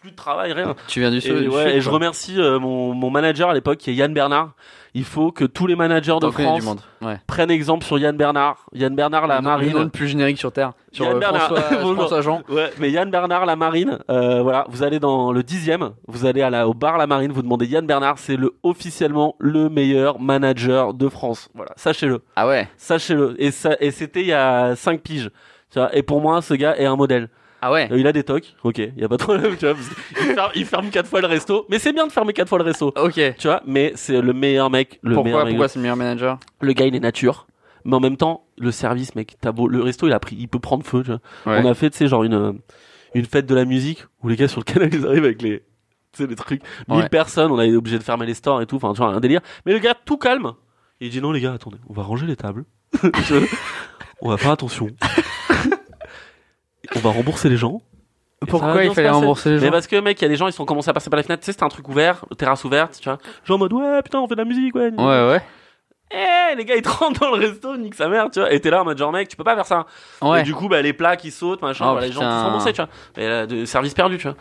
[SPEAKER 2] plus de travail, rien.
[SPEAKER 1] Tu viens du
[SPEAKER 2] Et,
[SPEAKER 1] sud. du
[SPEAKER 2] ouais,
[SPEAKER 1] sud,
[SPEAKER 2] et je
[SPEAKER 1] quoi.
[SPEAKER 2] remercie euh, mon, mon manager à l'époque, qui est Yann Bernard. Il faut que tous les managers de
[SPEAKER 1] T'en connais
[SPEAKER 2] France
[SPEAKER 1] du monde. Ouais.
[SPEAKER 2] prennent exemple sur Yann Bernard. Yann Bernard, la
[SPEAKER 1] Le nom- le nom
[SPEAKER 2] marine.
[SPEAKER 1] le plus générique sur Terre. Sur
[SPEAKER 2] Yann
[SPEAKER 1] euh,
[SPEAKER 2] Bernard.
[SPEAKER 1] François,
[SPEAKER 2] *laughs* Bonjour.
[SPEAKER 1] François Jean.
[SPEAKER 2] Ouais, mais Yann Bernard, la marine. euh, voilà, vous allez dans le dixième, vous allez à la, au bar La Marine, vous demandez Yann Bernard, c'est le officiellement le meilleur manager de France. Voilà, sachez-le,
[SPEAKER 1] Ah ouais.
[SPEAKER 2] sachez-le. Et, ça- et c'était il y a 5 piges. Tu vois, et pour moi, ce gars est un modèle.
[SPEAKER 1] Ah ouais.
[SPEAKER 2] Euh, Il a des tocs, ok, il y a pas de problème, tu vois. parce que il, ferme, il ferme quatre fois le resto, mais c'est bien de fermer quatre fois le resto,
[SPEAKER 1] Ok.
[SPEAKER 2] tu vois. Mais c'est le meilleur mec, le meilleur
[SPEAKER 1] Pourquoi,
[SPEAKER 2] mec.
[SPEAKER 1] pourquoi c'est le meilleur manager
[SPEAKER 2] Le gars, il est nature, mais en même temps, le service, mec, t'as beau, le resto, il a pris, il peut prendre feu, tu vois.
[SPEAKER 1] Ouais.
[SPEAKER 2] On a fait, tu sais, genre une euh, une fête de la musique où les gars sur le canal *laughs* ils arrivent avec les, tu sais, les trucs, mille
[SPEAKER 1] Ouais.
[SPEAKER 2] personnes, on a été obligé de fermer les stores et tout, enfin, tu vois, un délire. Mais le gars, tout calme, il dit non les gars, attendez, on va ranger les tables, *laughs* Je- on va faire attention, on va rembourser les gens. Et ça va
[SPEAKER 1] Pourquoi
[SPEAKER 2] bien
[SPEAKER 1] il
[SPEAKER 2] se
[SPEAKER 1] fallait
[SPEAKER 2] passer.
[SPEAKER 1] rembourser les
[SPEAKER 2] Mais
[SPEAKER 1] gens
[SPEAKER 2] parce que mec, il y a des gens ils sont commencés à passer par la fenêtre, tu sais, c'était un truc ouvert, terrasse ouverte, tu vois. Genre en mode ouais, putain, on fait de la musique, ouais.
[SPEAKER 1] Ouais, ouais.
[SPEAKER 2] Eh, les gars, ils te *laughs* rentrent dans le resto, nique sa mère, tu vois. Et t'es là en mode genre mec, tu peux pas faire ça. Et
[SPEAKER 1] Ouais.
[SPEAKER 2] du coup, bah les plats qui sautent, machin,
[SPEAKER 1] Oh,
[SPEAKER 2] voilà, les gens
[SPEAKER 1] putain.
[SPEAKER 2] qui sont remboursés, tu vois. Mais euh, de service perdu, tu vois.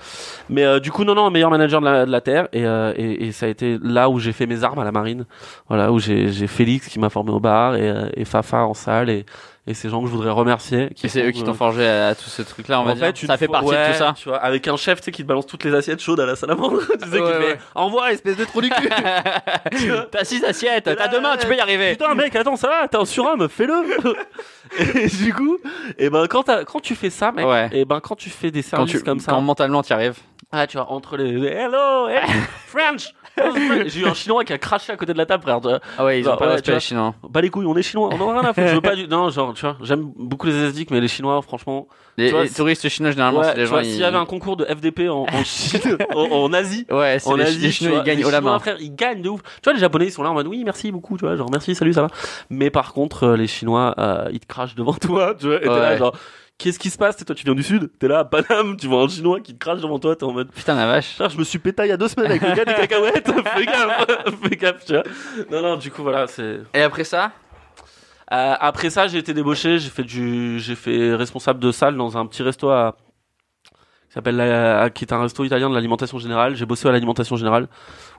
[SPEAKER 2] Mais euh, du coup, non non, meilleur manager de la, de la terre et, euh, et et ça a été là où j'ai fait mes armes à la marine. Voilà, où j'ai j'ai Félix qui m'a formé au bar et, euh, et Fafa en salle et et ces gens que je voudrais remercier qui
[SPEAKER 1] Et c'est eux qui
[SPEAKER 2] sont,
[SPEAKER 1] t'ont
[SPEAKER 2] euh,
[SPEAKER 1] forgé à, à tout ce truc-là, on va
[SPEAKER 2] en
[SPEAKER 1] dire.
[SPEAKER 2] fait, une
[SPEAKER 1] ça fait
[SPEAKER 2] fois-
[SPEAKER 1] partie de
[SPEAKER 2] ouais,
[SPEAKER 1] tout ça.
[SPEAKER 2] Tu vois, avec un chef, tu sais, qui te balance toutes les assiettes chaudes à la salamandre. *laughs* tu sais, qui te
[SPEAKER 1] Ouais,
[SPEAKER 2] fait
[SPEAKER 1] ouais.
[SPEAKER 2] envoie, espèce de trou du cul.
[SPEAKER 1] *laughs*
[SPEAKER 2] Tu vois.
[SPEAKER 1] T'as 6 assiettes, t'as deux mains, tu peux y arriver.
[SPEAKER 2] Putain, mec, attends, ça va, t'es en surhomme, fais-le. *laughs* et du coup, et ben, quand, t'as- quand tu fais ça, mec,
[SPEAKER 1] Ouais.
[SPEAKER 2] et ben, quand tu fais des
[SPEAKER 1] Quand
[SPEAKER 2] services
[SPEAKER 1] tu,
[SPEAKER 2] comme ça,
[SPEAKER 1] quand mentalement t'y arrives.
[SPEAKER 2] ah, tu vois, entre les les hello,
[SPEAKER 1] Ah.
[SPEAKER 2] hey, French. J'ai eu un chinois qui a craché à côté de la table, frère. tu vois.
[SPEAKER 1] Ah ouais, ils ont
[SPEAKER 2] Bah,
[SPEAKER 1] pas
[SPEAKER 2] ouais,
[SPEAKER 1] de respect
[SPEAKER 2] tu vois.
[SPEAKER 1] les Chinois.
[SPEAKER 2] Bah les couilles, on est chinois, on en a rien à foutre. Je veux pas du. Non, genre, tu vois, j'aime beaucoup les asiatiques, mais les chinois, franchement,
[SPEAKER 1] Les,
[SPEAKER 2] Tu vois,
[SPEAKER 1] les
[SPEAKER 2] c'est-
[SPEAKER 1] touristes chinois, généralement,
[SPEAKER 2] ouais,
[SPEAKER 1] Ah c'est des
[SPEAKER 2] tu
[SPEAKER 1] gens.
[SPEAKER 2] vois,
[SPEAKER 1] ils-
[SPEAKER 2] s'il y avait un concours de FDP en,
[SPEAKER 1] *laughs*
[SPEAKER 2] en Chine, en- en Asie,
[SPEAKER 1] Ouais, c'est
[SPEAKER 2] On
[SPEAKER 1] les,
[SPEAKER 2] a
[SPEAKER 1] les
[SPEAKER 2] dit, tu
[SPEAKER 1] Chinois,
[SPEAKER 2] vois,
[SPEAKER 1] ils gagnent
[SPEAKER 2] les
[SPEAKER 1] au la
[SPEAKER 2] Chinois,
[SPEAKER 1] main.
[SPEAKER 2] frère, ils gagnent de ouf. Tu vois, les Japonais, ils sont là en mode oui, merci beaucoup, tu vois, genre merci, salut, ça va. Mais par contre, euh, les Chinois, euh, ils te crachent devant *laughs* toi, tu vois, et t'es là,
[SPEAKER 1] Ouais.
[SPEAKER 2] genre, qu'est-ce qui se passe Toi, tu viens du Sud, t'es là à Paname, tu vois un Chinois qui te crache devant toi, t'es en mode
[SPEAKER 1] Putain, la vache.
[SPEAKER 2] frère, je me suis pété il y a deux semaines avec le gars
[SPEAKER 1] *laughs*
[SPEAKER 2] des cacahuètes, fais gaffe, fais gaffe, tu vois. Non, non, du coup, voilà, c'est.
[SPEAKER 1] Et après ça
[SPEAKER 2] Euh, après ça, j'ai été débauché, j'ai fait du, j'ai fait responsable de salle dans un petit resto à qui s'appelle la- à- qui est un resto italien de l'alimentation générale. J'ai bossé à l'alimentation générale.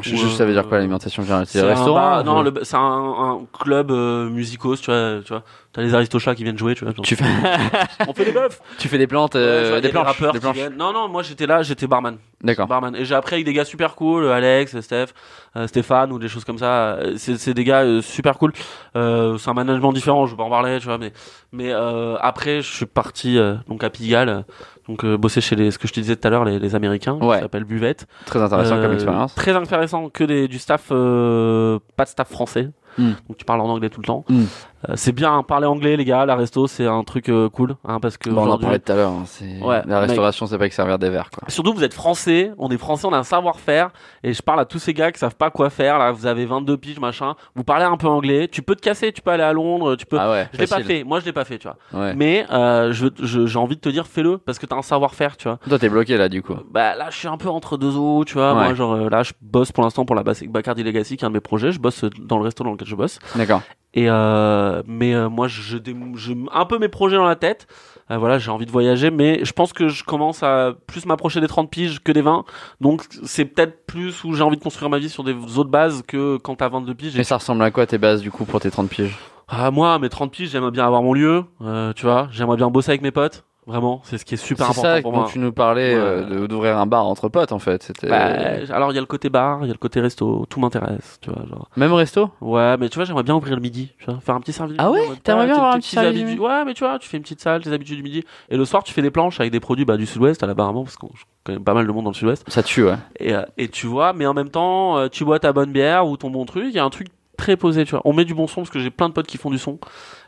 [SPEAKER 1] Je
[SPEAKER 2] Ou,
[SPEAKER 1] juste, ça veut dire quoi
[SPEAKER 2] euh,
[SPEAKER 1] l'alimentation générale C'est
[SPEAKER 2] C'est
[SPEAKER 1] des
[SPEAKER 2] un
[SPEAKER 1] restaurants
[SPEAKER 2] bar-
[SPEAKER 1] ou-
[SPEAKER 2] Non, le- c'est un, un club euh, musicos, tu vois, tu vois. T'as les aristochats qui viennent jouer, tu vois. genre.
[SPEAKER 1] Tu fais,
[SPEAKER 2] On fait des bœufs.
[SPEAKER 1] tu fais des plantes,
[SPEAKER 2] Ouais, tu
[SPEAKER 1] euh,
[SPEAKER 2] vois, y a
[SPEAKER 1] des, planches,
[SPEAKER 2] rappeurs
[SPEAKER 1] des
[SPEAKER 2] qui
[SPEAKER 1] planches.
[SPEAKER 2] viennent. Non, non, moi j'étais là, j'étais barman.
[SPEAKER 1] D'accord.
[SPEAKER 2] Barman. Et j'ai appris avec des gars super cool, euh, Alex, euh, Steph, euh, Stéphane ou des choses comme ça. Euh, C'est, c'est des gars euh, super cool. Euh, c'est un management différent, je vais pas en parler, tu vois. Mais, mais euh, après, je suis parti euh, donc à Pigalle, euh, donc euh, bosser chez les, ce que je te disais tout à l'heure, les, les Américains,
[SPEAKER 1] Ouais.
[SPEAKER 2] qui s'appellent Buvette.
[SPEAKER 1] Très intéressant comme
[SPEAKER 2] Euh,
[SPEAKER 1] expérience.
[SPEAKER 2] Très intéressant, que des, du staff, euh, pas de staff français.
[SPEAKER 1] Mm.
[SPEAKER 2] Donc tu parles en anglais tout le temps.
[SPEAKER 1] Mm.
[SPEAKER 2] Euh, c'est bien hein, parler anglais, les gars. La resto, c'est un truc euh, cool, hein, parce que
[SPEAKER 1] Bon, on en
[SPEAKER 2] aujourd'hui-
[SPEAKER 1] parlait tout à l'heure. hein, c'est-
[SPEAKER 2] Ouais,
[SPEAKER 1] la restauration, c'est pas que servir des verres, quoi.
[SPEAKER 2] Surtout, vous êtes français, on est français, on a un savoir-faire, et je parle à tous ces gars qui savent pas quoi faire, là, vous avez 22 piges, machin, vous parlez un peu anglais, tu peux te casser, tu peux aller à Londres, tu peux...
[SPEAKER 1] Ah ouais.
[SPEAKER 2] je l'ai pas
[SPEAKER 1] facile.
[SPEAKER 2] fait, moi je l'ai pas fait, tu vois.
[SPEAKER 1] Ouais.
[SPEAKER 2] Mais euh, je- je- j'ai envie de te dire, fais-le, parce que t'as un savoir-faire, tu vois.
[SPEAKER 1] Toi, t'es bloqué là, du coup.
[SPEAKER 2] Bah là, je suis un peu entre deux eaux, tu vois.
[SPEAKER 1] Ouais.
[SPEAKER 2] Moi, genre, euh, là, je bosse pour l'instant pour la Bac- Bacardi Legacy, qui est un de mes projets, je bosse euh, dans le resto dans lequel je bosse.
[SPEAKER 1] D'accord.
[SPEAKER 2] Et euh, mais euh, moi, je, dé- je- un peu mes projets dans la tête. Euh, voilà, j'ai envie de voyager, mais je pense que je commence à plus m'approcher des 30 piges que des 20. Donc, c'est peut-être plus où j'ai envie de construire ma vie sur des autres bases que quand t'as 22 piges.
[SPEAKER 1] Mais ça ressemble à quoi tes bases, du coup, pour tes 30 piges
[SPEAKER 2] Ah, moi, à mes 30 piges, j'aimerais bien avoir mon lieu, euh, tu vois. J'aimerais bien bosser avec mes potes. Vraiment, c'est ce qui est super
[SPEAKER 1] C'est
[SPEAKER 2] important
[SPEAKER 1] ça
[SPEAKER 2] pour
[SPEAKER 1] dont
[SPEAKER 2] moi.
[SPEAKER 1] tu nous parlais
[SPEAKER 2] Ouais.
[SPEAKER 1] euh, de- d'ouvrir un bar entre potes, en fait. C'était euh,
[SPEAKER 2] Bah, alors, il y a le côté bar, il y a le côté resto, tout m'intéresse, tu vois. Genre.
[SPEAKER 1] même resto.
[SPEAKER 2] Ouais, mais tu vois, j'aimerais bien ouvrir le midi, tu vois, faire un petit service.
[SPEAKER 1] Ah ouais
[SPEAKER 2] en mode,
[SPEAKER 1] T'aimerais
[SPEAKER 2] ouais,
[SPEAKER 1] bien
[SPEAKER 2] tes-
[SPEAKER 1] avoir
[SPEAKER 2] tes
[SPEAKER 1] un petit
[SPEAKER 2] petits
[SPEAKER 1] service
[SPEAKER 2] habitudes.
[SPEAKER 1] du midi
[SPEAKER 2] Ouais, mais tu vois, tu fais une petite salle, tes habitudes du midi. Et le soir, tu fais des planches avec des produits bah, du sud-ouest, à la barre à Mans, parce qu'on je connais pas mal de monde dans le sud-ouest.
[SPEAKER 1] Ça tue, ouais.
[SPEAKER 2] Et, euh, et tu vois, mais en même temps, euh, tu bois ta bonne bière ou ton bon truc, il y a un truc très posé, tu vois. On met du bon son, parce que j'ai plein de potes qui font du son,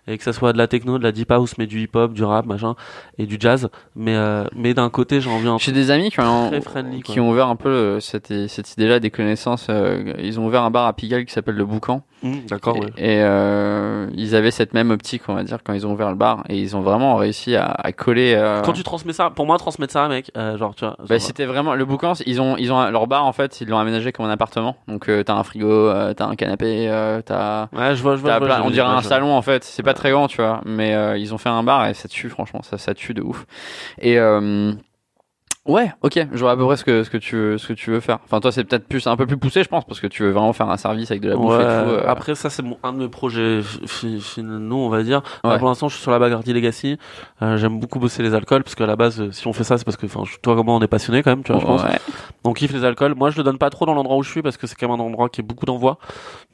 [SPEAKER 2] et que ça soit de la techno, de la deep house, mais du hip-hop, du rap, machin, et du jazz. Mais, euh, mais d'un côté, j'en viens.
[SPEAKER 1] J'ai des amis qui ont,
[SPEAKER 2] Très friendly, quoi.
[SPEAKER 1] qui ont ouvert un peu euh, cette, cette idée-là, des connaissances. euh, ils ont ouvert un bar à Pigalle qui s'appelle le Boucan.
[SPEAKER 2] D'accord, ouais.
[SPEAKER 1] Et, et, euh, ils avaient cette même optique, on va dire, quand ils ont ouvert le bar. Et ils ont vraiment réussi à, à coller. euh,
[SPEAKER 2] Quand tu transmets ça, pour moi, transmettre ça, mec, euh, genre, tu vois.
[SPEAKER 1] Bah,
[SPEAKER 2] genre,
[SPEAKER 1] c'était vraiment le boucan. c'est- Ils ont, ils ont un- leur bar en fait. Ils l'ont aménagé comme un appartement. Donc euh, t'as un frigo, euh, t'as un canapé, euh, t'as,
[SPEAKER 2] ouais, je vois, je vois.
[SPEAKER 1] t'as
[SPEAKER 2] je vois,
[SPEAKER 1] plein-
[SPEAKER 2] je
[SPEAKER 1] on
[SPEAKER 2] vois,
[SPEAKER 1] dirait
[SPEAKER 2] je vois,
[SPEAKER 1] un
[SPEAKER 2] je vois.
[SPEAKER 1] salon en fait. C'est pas très grand, tu vois. Mais euh, ils ont fait un bar et ça tue franchement. Ça, ça tue de ouf. Et euh, Ouais, ok, je vois à peu près ce que, ce que, tu, veux, ce que tu veux faire. Enfin, toi, c'est peut-être plus un peu plus poussé, je pense, parce que tu veux vraiment faire un service avec de la bouffe
[SPEAKER 2] Ouais,
[SPEAKER 1] et tout. euh.
[SPEAKER 2] Après, ça, c'est mon- un de mes projets fi- fi- finaux, on va dire. Là,
[SPEAKER 1] Ouais.
[SPEAKER 2] pour l'instant, je suis sur la Bacardi Legacy. Euh, J'aime beaucoup bosser les alcools, parce qu'à la base, euh, si on fait ça, c'est parce que, enfin, je- toi, comment on est passionné quand même, tu vois, je pense.
[SPEAKER 1] Ouais.
[SPEAKER 2] On kiffe les alcools. Moi, je le donne pas trop dans l'endroit où je suis, parce que c'est quand même un endroit qui est beaucoup d'envoi.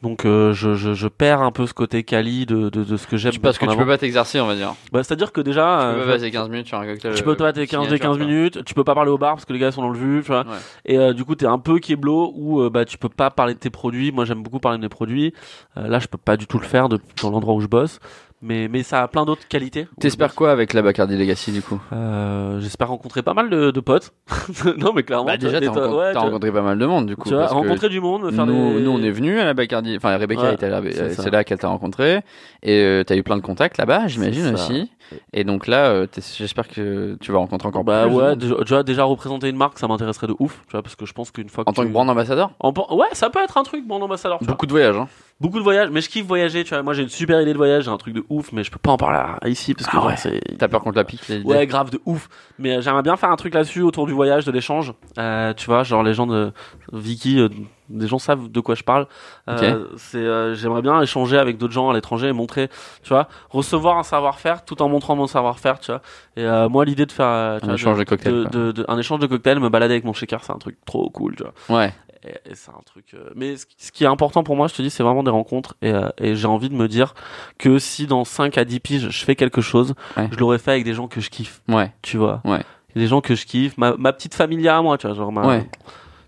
[SPEAKER 2] Donc, euh, je, je, je perds un peu ce côté quali de, de, de ce que j'aime.
[SPEAKER 1] Tu- Parce que
[SPEAKER 2] mettre en
[SPEAKER 1] tu peux
[SPEAKER 2] avant.
[SPEAKER 1] pas t'exercer, on va dire.
[SPEAKER 2] Bah, C'est-à-dire que déjà,
[SPEAKER 1] tu
[SPEAKER 2] euh,
[SPEAKER 1] peux pas passer 15 minutes sur un cocktail. euh,
[SPEAKER 2] tu peux pas tes 15 des 15 minutes, tu peux pas parler au bar parce que les gars sont dans le vu, tu vois.
[SPEAKER 1] Ouais.
[SPEAKER 2] Et euh, du coup, t'es un peu keblo où euh, bah tu peux pas parler de tes produits. Moi, j'aime beaucoup parler de mes produits. Euh, là, je peux pas du tout le faire de, dans l'endroit où je bosse. Mais mais ça a plein d'autres qualités.
[SPEAKER 1] T'espères quoi avec la Bacardi Legacy du coup
[SPEAKER 2] Euh, J'espère rencontrer pas mal de, de potes. *laughs* non, mais clairement.
[SPEAKER 1] Bah
[SPEAKER 2] tu
[SPEAKER 1] déjà
[SPEAKER 2] vois,
[SPEAKER 1] t'as
[SPEAKER 2] des-
[SPEAKER 1] rencontré,
[SPEAKER 2] ouais,
[SPEAKER 1] t'as
[SPEAKER 2] tu-
[SPEAKER 1] rencontré pas mal de monde du coup.
[SPEAKER 2] tu vois,
[SPEAKER 1] parce que
[SPEAKER 2] rencontrer du monde, faire
[SPEAKER 1] nous,
[SPEAKER 2] des...
[SPEAKER 1] nous, on est venus à la Bacardi, enfin Rebecca
[SPEAKER 2] Ouais,
[SPEAKER 1] était là, mais,
[SPEAKER 2] c'est
[SPEAKER 1] euh,
[SPEAKER 2] ça.
[SPEAKER 1] c'est là qu'elle t'a rencontré et euh, t'as eu plein de contacts là-bas, j'imagine
[SPEAKER 2] ça.
[SPEAKER 1] aussi. Et donc là, euh, t'es- j'espère que tu vas rencontrer encore
[SPEAKER 2] Bah
[SPEAKER 1] plus. de
[SPEAKER 2] ouais,
[SPEAKER 1] monde.
[SPEAKER 2] déjà, tu vois, déjà représenter une marque, ça m'intéresserait de ouf, tu vois, parce que je pense qu'une fois que
[SPEAKER 1] En tant
[SPEAKER 2] tu-
[SPEAKER 1] que brand ambassadeur,
[SPEAKER 2] En pan- ouais, ça peut être un truc, bon ambassadeur. tu vois.
[SPEAKER 1] beaucoup de voyages. Hein.
[SPEAKER 2] Beaucoup de voyages, mais je kiffe voyager, tu vois. Moi, j'ai une super idée de voyage, j'ai un truc de ouf, mais je peux pas en parler à- ici parce que
[SPEAKER 1] Ah
[SPEAKER 2] genre,
[SPEAKER 1] ouais.
[SPEAKER 2] c'est.
[SPEAKER 1] T'as peur qu'on te la pique les idées.
[SPEAKER 2] Ouais, grave de ouf. Mais euh, j'aimerais bien faire un truc là-dessus autour du voyage, de l'échange. Euh, tu vois, genre les gens de Vicky, euh, des gens savent de quoi je parle. Euh, c'est, euh, j'aimerais bien échanger avec d'autres gens à l'étranger et montrer, tu vois, recevoir un savoir-faire tout en montrant mon savoir-faire, tu vois. Et euh, moi, l'idée de faire euh, tu
[SPEAKER 1] Un
[SPEAKER 2] vois,
[SPEAKER 1] échange de cocktails,
[SPEAKER 2] de-
[SPEAKER 1] quoi.
[SPEAKER 2] de- de- un échange de cocktails, me balader avec mon shaker, c'est un truc trop cool, tu vois.
[SPEAKER 1] Ouais.
[SPEAKER 2] Et, et c'est un truc. euh, Mais ce qui- ce qui est important pour moi, je te dis, c'est vraiment des rencontres. Et, euh, et j'ai envie de me dire que si dans 5 à 10 piges, je fais quelque chose,
[SPEAKER 1] Ouais.
[SPEAKER 2] je l'aurais fait avec des gens que je kiffe,
[SPEAKER 1] Ouais.
[SPEAKER 2] tu vois.
[SPEAKER 1] Ouais.
[SPEAKER 2] Des gens que je kiffe, ma, ma petite famille à moi, tu vois. Genre ma-
[SPEAKER 1] Ouais.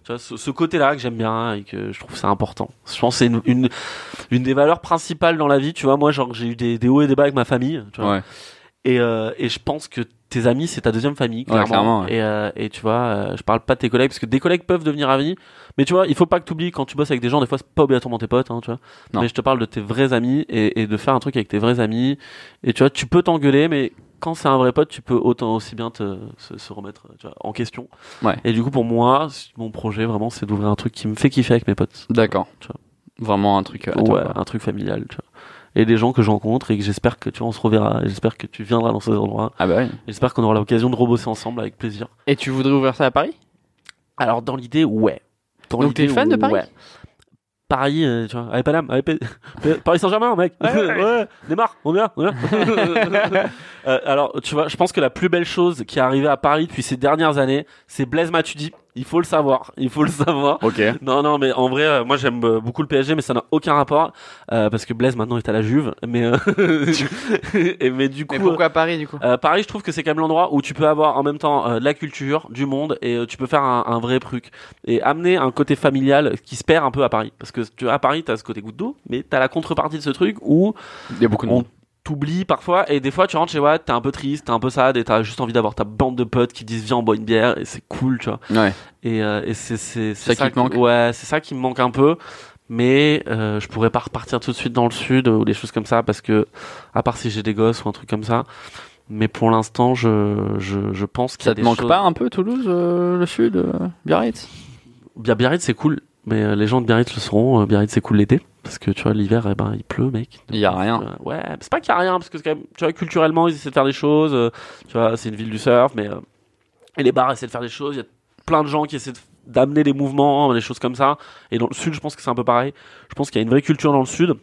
[SPEAKER 2] Tu vois, ce, ce côté-là que j'aime bien et que je trouve c'est important. Je pense que c'est une, une, une des valeurs principales dans la vie, tu vois. Moi, genre, j'ai eu des, des hauts et des bas avec ma famille, tu vois.
[SPEAKER 1] Ouais.
[SPEAKER 2] Et, euh, et je pense que tes amis, c'est ta deuxième famille,
[SPEAKER 1] Ouais,
[SPEAKER 2] clairement.
[SPEAKER 1] clairement, ouais.
[SPEAKER 2] et, euh, et tu vois, euh, je parle pas de tes collègues, parce que des collègues peuvent devenir amis. Mais tu vois, il faut pas que tu oublies quand tu bosses avec des gens, des fois, c'est pas obligatoirement tes potes, hein, tu vois.
[SPEAKER 1] Non.
[SPEAKER 2] Mais je te parle de tes vrais amis et, et de faire un truc avec tes vrais amis. Et tu vois, tu peux t'engueuler, mais quand c'est un vrai pote, tu peux autant aussi bien te, se, se remettre tu vois, en question.
[SPEAKER 1] Ouais.
[SPEAKER 2] Et du coup, pour moi, c- mon projet, vraiment, c'est d'ouvrir un truc qui me fait kiffer avec mes potes.
[SPEAKER 1] D'accord.
[SPEAKER 2] Tu vois.
[SPEAKER 1] Vraiment un truc. euh, à toi,
[SPEAKER 2] Ouais,
[SPEAKER 1] quoi.
[SPEAKER 2] un truc familial, tu vois. Et des gens que je rencontre et que j'espère que tu vois, on se reverra. et J'espère que tu viendras dans ces endroits.
[SPEAKER 1] Ah bah oui.
[SPEAKER 2] J'espère qu'on aura l'occasion de rebosser ensemble avec plaisir.
[SPEAKER 1] Et tu voudrais ouvrir ça à Paris
[SPEAKER 2] Alors dans l'idée, ouais. Dans
[SPEAKER 1] Donc t'es
[SPEAKER 2] l'idée,
[SPEAKER 1] fan de Paris
[SPEAKER 2] ouais. Paris, euh, tu vois, avec Paname, avec P- P- Paris Saint-Germain, mec.
[SPEAKER 1] Ouais,
[SPEAKER 2] *laughs*
[SPEAKER 1] ouais.
[SPEAKER 2] Neymar, on vient, on
[SPEAKER 1] *laughs*
[SPEAKER 2] vient. Euh, alors, tu vois, je pense que la plus belle chose qui est arrivée à Paris depuis ces dernières années, c'est Blaise Matuidi. Il faut le savoir, il faut le savoir.
[SPEAKER 1] Ok.
[SPEAKER 2] Non, non, mais en vrai, euh, moi j'aime euh, beaucoup le PSG, mais ça n'a aucun rapport euh, parce que Blaise maintenant est à la Juve. Mais euh, *laughs* et, mais du coup,
[SPEAKER 1] Mais pourquoi Paris du coup
[SPEAKER 2] euh, Paris, je trouve que c'est quand même l'endroit où tu peux avoir en même temps euh, de la culture, du monde, et euh, tu peux faire un, un vrai truc. Et amener un côté familial qui se perd un peu à Paris. Parce que tu vois, à Paris, t'as ce côté goutte d'eau, mais t'as la contrepartie de ce truc où
[SPEAKER 1] Il y a beaucoup de
[SPEAKER 2] on
[SPEAKER 1] monde.
[SPEAKER 2] t'oublie parfois, et des fois tu rentres chez toi, t'es un peu triste, t'es un peu sad, et t'as juste envie d'avoir ta bande de potes qui te disent viens, on boit une bière, et c'est cool, tu vois
[SPEAKER 1] Ouais.
[SPEAKER 2] et, euh, et c'est c'est
[SPEAKER 1] Ça
[SPEAKER 2] c'est
[SPEAKER 1] qui te manque.
[SPEAKER 2] ouais c'est ça qui me manque un peu mais euh, je pourrais pas repartir tout de suite dans le sud euh, ou des choses comme ça parce que à part si j'ai des gosses ou un truc comme ça mais pour l'instant je je je pense qu'il y a
[SPEAKER 1] Ça te
[SPEAKER 2] des
[SPEAKER 1] manque
[SPEAKER 2] choses-
[SPEAKER 1] pas un peu Toulouse, euh, le sud, euh, Biarritz
[SPEAKER 2] Bien Biarritz c'est cool mais euh, les gens de Biarritz le sauront euh, Biarritz c'est cool l'été parce que tu vois l'hiver eh ben il pleut mec
[SPEAKER 1] Il y a rien.
[SPEAKER 2] Euh, ouais mais c'est pas qu'il y a rien parce que c'est quand même, tu vois culturellement ils essaient de faire des choses euh, tu vois c'est une ville du surf mais euh, et les bars essaient de faire des choses il y a plein de gens qui essaient de- d'amener des mouvements des choses comme ça et dans le sud je pense que c'est un peu pareil je pense qu'il y a une vraie culture dans le sud